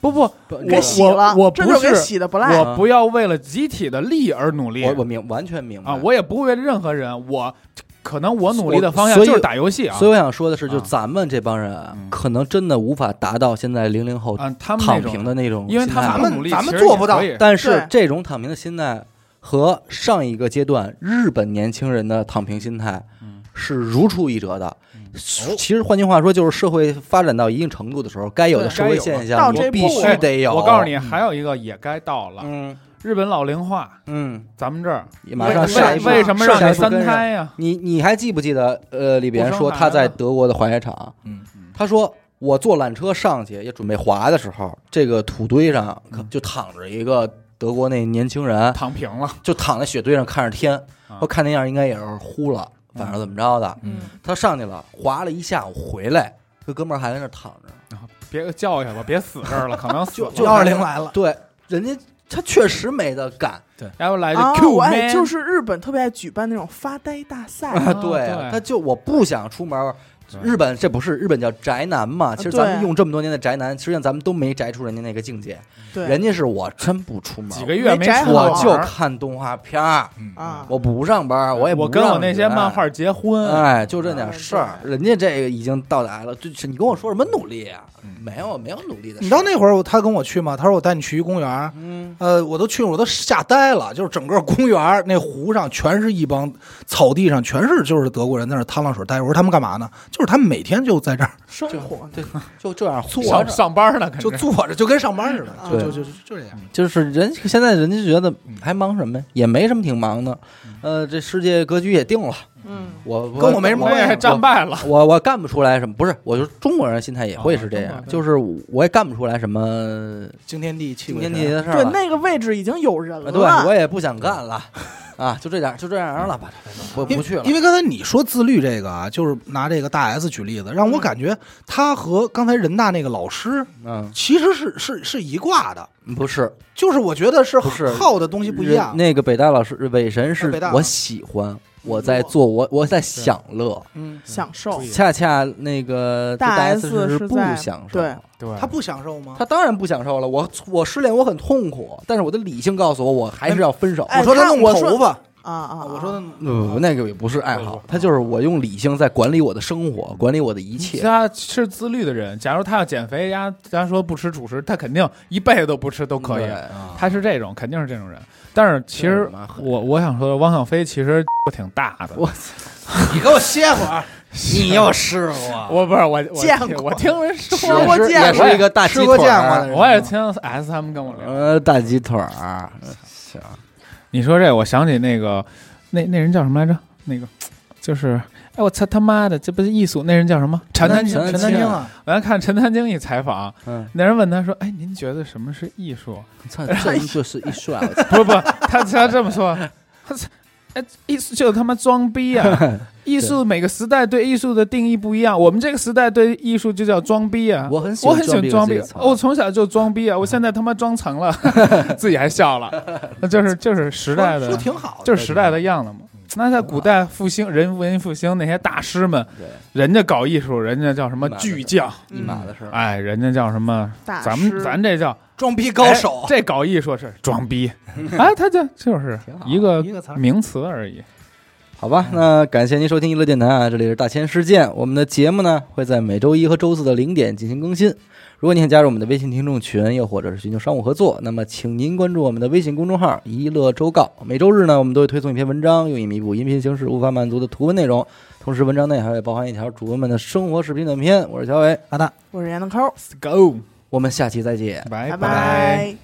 [SPEAKER 4] 不不，
[SPEAKER 1] 不
[SPEAKER 4] 我
[SPEAKER 1] 那
[SPEAKER 3] 嗯给
[SPEAKER 1] 个
[SPEAKER 3] 洗了，
[SPEAKER 4] 我我
[SPEAKER 3] 这
[SPEAKER 4] 不
[SPEAKER 3] 就是给
[SPEAKER 4] 是
[SPEAKER 3] 洗的不赖。
[SPEAKER 4] 我不要为了集体的利益而努力
[SPEAKER 1] 我我明完全明白
[SPEAKER 4] 啊！我也不为了任何人，我可能我努力的方向
[SPEAKER 1] 所以
[SPEAKER 4] 就是打游戏啊。
[SPEAKER 1] 所以我想说的是，就
[SPEAKER 4] 啊
[SPEAKER 1] 咱们这帮人啊
[SPEAKER 4] 嗯
[SPEAKER 1] 可能真的无法达到现在零零后
[SPEAKER 4] 啊，他们那
[SPEAKER 1] 躺平
[SPEAKER 4] 种，
[SPEAKER 1] 的那种心态，
[SPEAKER 4] 因为他
[SPEAKER 2] 咱
[SPEAKER 4] 们
[SPEAKER 2] 们
[SPEAKER 4] 不努力，
[SPEAKER 2] 咱们
[SPEAKER 4] 其实
[SPEAKER 2] 做
[SPEAKER 4] 也
[SPEAKER 2] 不到
[SPEAKER 4] 可以
[SPEAKER 1] 但是
[SPEAKER 3] 对
[SPEAKER 1] 这种躺平的心态和上一个阶段日本年轻人的躺平心态
[SPEAKER 4] 嗯
[SPEAKER 1] 是如出一辙的。
[SPEAKER 4] 嗯
[SPEAKER 1] 其实换句话说，就是社会发展到一定程度的时候，该有的
[SPEAKER 4] 对
[SPEAKER 1] 社
[SPEAKER 4] 该
[SPEAKER 1] 会
[SPEAKER 4] 有
[SPEAKER 1] 现
[SPEAKER 4] 的
[SPEAKER 1] 象
[SPEAKER 3] 到
[SPEAKER 1] 你
[SPEAKER 3] 这
[SPEAKER 1] 必
[SPEAKER 3] 步
[SPEAKER 1] 须得有。
[SPEAKER 4] 我告诉你，，还有一个也该到了，
[SPEAKER 1] 嗯
[SPEAKER 4] 日本老龄化，
[SPEAKER 1] 嗯，
[SPEAKER 4] 咱们这儿
[SPEAKER 1] 马
[SPEAKER 3] 为
[SPEAKER 1] 上下一
[SPEAKER 4] 为
[SPEAKER 1] 步
[SPEAKER 4] 为什么让
[SPEAKER 1] 下
[SPEAKER 4] 你
[SPEAKER 1] 一步
[SPEAKER 4] 三
[SPEAKER 1] 跟上
[SPEAKER 4] 胎啊呀、
[SPEAKER 1] 你你还记不记得？呃，里边说他在德国的滑雪场，
[SPEAKER 2] 嗯
[SPEAKER 4] 嗯
[SPEAKER 1] 他说我坐缆车上去也准备滑的时候，这个土堆上可
[SPEAKER 4] 嗯
[SPEAKER 1] 就躺着一个德国那年轻人，
[SPEAKER 4] 躺平了，
[SPEAKER 1] 就躺在雪堆上看着天
[SPEAKER 4] 啊，
[SPEAKER 1] 我看那样应该也是呼了，反正怎么着的，
[SPEAKER 3] 嗯，
[SPEAKER 1] 他上去了，滑了一下午回来，这哥们儿还在那儿躺着。
[SPEAKER 4] 别教育我，别死这儿了，可能死了
[SPEAKER 1] 就
[SPEAKER 2] 幺二零来了，
[SPEAKER 1] 对，人家他确实没得干，
[SPEAKER 4] 要不来就
[SPEAKER 3] 啊，
[SPEAKER 4] Q
[SPEAKER 3] 我哎，
[SPEAKER 4] man，
[SPEAKER 3] 就是日本特别爱举办那种发呆大赛，
[SPEAKER 4] 啊对
[SPEAKER 1] 对，他就我不想出门。
[SPEAKER 4] 对
[SPEAKER 1] 日本这不是日本叫宅男嘛？其实
[SPEAKER 3] 对
[SPEAKER 1] 咱们用这么多年的宅男，实际上咱们都没宅出人家那个境界。
[SPEAKER 3] 对，
[SPEAKER 1] 人家是我真不出门，
[SPEAKER 4] 几个月
[SPEAKER 3] 没
[SPEAKER 4] 出
[SPEAKER 3] 摘
[SPEAKER 4] 门
[SPEAKER 3] 好
[SPEAKER 1] 我就看动画片儿，
[SPEAKER 3] 啊，
[SPEAKER 1] 我不上班，我也不
[SPEAKER 4] 我跟我那些
[SPEAKER 1] 上学
[SPEAKER 4] 漫画结婚，
[SPEAKER 1] 哎，就这点事儿，人家这个已经到达了。就是你跟我说什么努力啊？
[SPEAKER 4] 嗯
[SPEAKER 1] 没有，没有努力的事儿。
[SPEAKER 2] 你到那会儿他跟我去吗？他说我带你去一公园，
[SPEAKER 1] 嗯，
[SPEAKER 2] 呃，我都去，我都吓呆了，就是整个公园那湖上全是一帮草地上全是就是德国人在那儿趟浪水待。我说他们干嘛呢？就是他们每天就在这儿
[SPEAKER 3] 生活呢
[SPEAKER 1] 对，就这样活
[SPEAKER 4] 上
[SPEAKER 1] 着，
[SPEAKER 4] 上班呢，肯
[SPEAKER 2] 就
[SPEAKER 4] 定
[SPEAKER 2] 坐着，就跟上班似的，就
[SPEAKER 1] 对
[SPEAKER 2] 就就就就这
[SPEAKER 1] 嗯
[SPEAKER 2] 样。
[SPEAKER 1] 就是人现在人家觉得还忙什么呀？也没什么挺忙的。
[SPEAKER 4] 嗯
[SPEAKER 1] 呃，这世界格局也定了，
[SPEAKER 3] 嗯，
[SPEAKER 1] 我我
[SPEAKER 2] 跟我没什么
[SPEAKER 4] 我
[SPEAKER 2] 关
[SPEAKER 4] 也
[SPEAKER 2] 系
[SPEAKER 4] 战败了，
[SPEAKER 1] 我我干不出来什么，不是，我就中国人心态也会是这
[SPEAKER 4] 啊
[SPEAKER 1] 样，
[SPEAKER 4] 中国
[SPEAKER 1] 就是我也干不出来什么
[SPEAKER 2] 惊天地泣
[SPEAKER 1] 惊
[SPEAKER 2] 鬼
[SPEAKER 1] 天
[SPEAKER 2] 神，
[SPEAKER 1] 地的事儿
[SPEAKER 3] 对，
[SPEAKER 1] 了。
[SPEAKER 3] 那个位置已经有人了，
[SPEAKER 1] 啊对，我也不想干了，啊，就这点，就这样了吧，我
[SPEAKER 2] 因
[SPEAKER 1] 不去了
[SPEAKER 2] 因。为刚才你说自律这个啊，就是拿这个大 S 举例子，让我
[SPEAKER 3] 嗯
[SPEAKER 2] 感觉他和刚才人大那个老师
[SPEAKER 1] 嗯，
[SPEAKER 2] 其实是是是一挂的，
[SPEAKER 1] 不是，
[SPEAKER 2] 就是我觉得是
[SPEAKER 1] 不是
[SPEAKER 2] 好的东西不一
[SPEAKER 1] 人
[SPEAKER 2] 样。
[SPEAKER 1] 那个北大老师，伪神是
[SPEAKER 2] 啊北大
[SPEAKER 1] 我喜欢，我在做我我在享乐，
[SPEAKER 2] 嗯，
[SPEAKER 3] 享受
[SPEAKER 4] 对
[SPEAKER 1] 恰恰那个
[SPEAKER 3] 大
[SPEAKER 1] S
[SPEAKER 3] S
[SPEAKER 1] 是
[SPEAKER 3] 是
[SPEAKER 1] 不
[SPEAKER 3] 在
[SPEAKER 1] 享受，
[SPEAKER 3] 对
[SPEAKER 4] 对，
[SPEAKER 2] 他不享受吗？
[SPEAKER 1] 他当然不享受了。我我失恋，我很痛苦，但是我的理性告诉我，我还是要分手。
[SPEAKER 3] 哎
[SPEAKER 2] 我说他弄
[SPEAKER 3] 他我说
[SPEAKER 2] 头发，
[SPEAKER 3] 啊啊！
[SPEAKER 2] 啊
[SPEAKER 3] 啊
[SPEAKER 2] 我说他
[SPEAKER 1] 嗯，那个也不是爱
[SPEAKER 4] 不
[SPEAKER 1] 好
[SPEAKER 4] 是，
[SPEAKER 1] 他就是我用理性在管理我的生活，管理我的一切。
[SPEAKER 4] 他是自律的人。假如他要减肥，人家咱说不吃主食，他肯定一辈子都不吃都可以。
[SPEAKER 1] 对
[SPEAKER 4] 他是这种，肯定是这种人。但是其
[SPEAKER 1] 这
[SPEAKER 4] 实
[SPEAKER 1] 种人很
[SPEAKER 4] 我我想说，汪小菲其实挺大的。
[SPEAKER 1] 我
[SPEAKER 2] 你给我歇会 儿，你又试过，
[SPEAKER 4] 我不是我我
[SPEAKER 3] 见
[SPEAKER 4] 听
[SPEAKER 3] 过
[SPEAKER 4] 我听人说
[SPEAKER 3] 吃过
[SPEAKER 1] 也是
[SPEAKER 3] 见
[SPEAKER 1] 也
[SPEAKER 3] 过
[SPEAKER 1] 是一个大鸡
[SPEAKER 2] 吃
[SPEAKER 1] 腿
[SPEAKER 2] 过见过的
[SPEAKER 1] 儿，
[SPEAKER 2] 人，
[SPEAKER 4] 我也听 S 他们跟我聊。
[SPEAKER 1] 呃，大鸡腿儿。行
[SPEAKER 4] 你说这，我想起那个那那人叫什么来着？那个就是哎，我操他妈的，这不是艺术？那人叫什么？陈丹青。
[SPEAKER 1] 陈
[SPEAKER 4] 陈
[SPEAKER 1] 丹
[SPEAKER 4] 丹
[SPEAKER 1] 青
[SPEAKER 4] 青。
[SPEAKER 2] 啊，
[SPEAKER 4] 我要看陈丹青一采访，
[SPEAKER 1] 嗯，
[SPEAKER 4] 那人问他说：“哎，您觉得什么是艺术？”
[SPEAKER 1] 操，这就是一帅，我操
[SPEAKER 4] 不不，他他这么说，他是哎，艺术就是他妈装逼啊！艺术每个时代对艺术的定义不一样，我们这个时代对艺术就叫装逼啊！
[SPEAKER 1] 我
[SPEAKER 4] 我
[SPEAKER 1] 很喜欢
[SPEAKER 4] 很喜欢
[SPEAKER 1] 装
[SPEAKER 4] 装
[SPEAKER 1] 逼
[SPEAKER 4] 逼
[SPEAKER 1] 这
[SPEAKER 4] 哦
[SPEAKER 1] 个词，儿
[SPEAKER 4] 我从小就装逼啊！我现在他妈装成了， 自己还笑了，那就是就是时代
[SPEAKER 2] 说
[SPEAKER 4] 的，
[SPEAKER 2] 挺好的，
[SPEAKER 4] 就是时代的样子嘛。那在古代复兴人文艺复兴那些大师们，
[SPEAKER 1] 对，
[SPEAKER 4] 人家搞艺术，人家叫什么
[SPEAKER 1] 那是
[SPEAKER 4] 巨匠，
[SPEAKER 1] 一码的事儿。
[SPEAKER 4] 哎，人家叫什么？
[SPEAKER 3] 大
[SPEAKER 4] 咱们
[SPEAKER 3] 师
[SPEAKER 4] 咱这叫
[SPEAKER 2] 装逼高手啊
[SPEAKER 4] 哎，这搞艺术是装逼，哎，他这就是
[SPEAKER 1] 挺好
[SPEAKER 4] 一个
[SPEAKER 2] 一个词儿。
[SPEAKER 4] 名词而已。
[SPEAKER 1] 好吧，那感谢您收听娱乐电台啊，这里是大千世界。我们的节目呢会在每周一和周四的零点进行更新。如果您想加入我们的微信听众群，又或者是寻求商务合作，那么请您关注我们的微信公众号“一乐周告”。每周日呢，我们都会推送一篇文章，用以弥补音频形式无法满足的图文内容。同时，文章内还会包含一条主播们的生活视频短片。我是小伟，
[SPEAKER 2] 好的。
[SPEAKER 3] 我是闫德抠，
[SPEAKER 4] Go，
[SPEAKER 1] 我们下期再见。
[SPEAKER 4] 拜
[SPEAKER 3] 拜。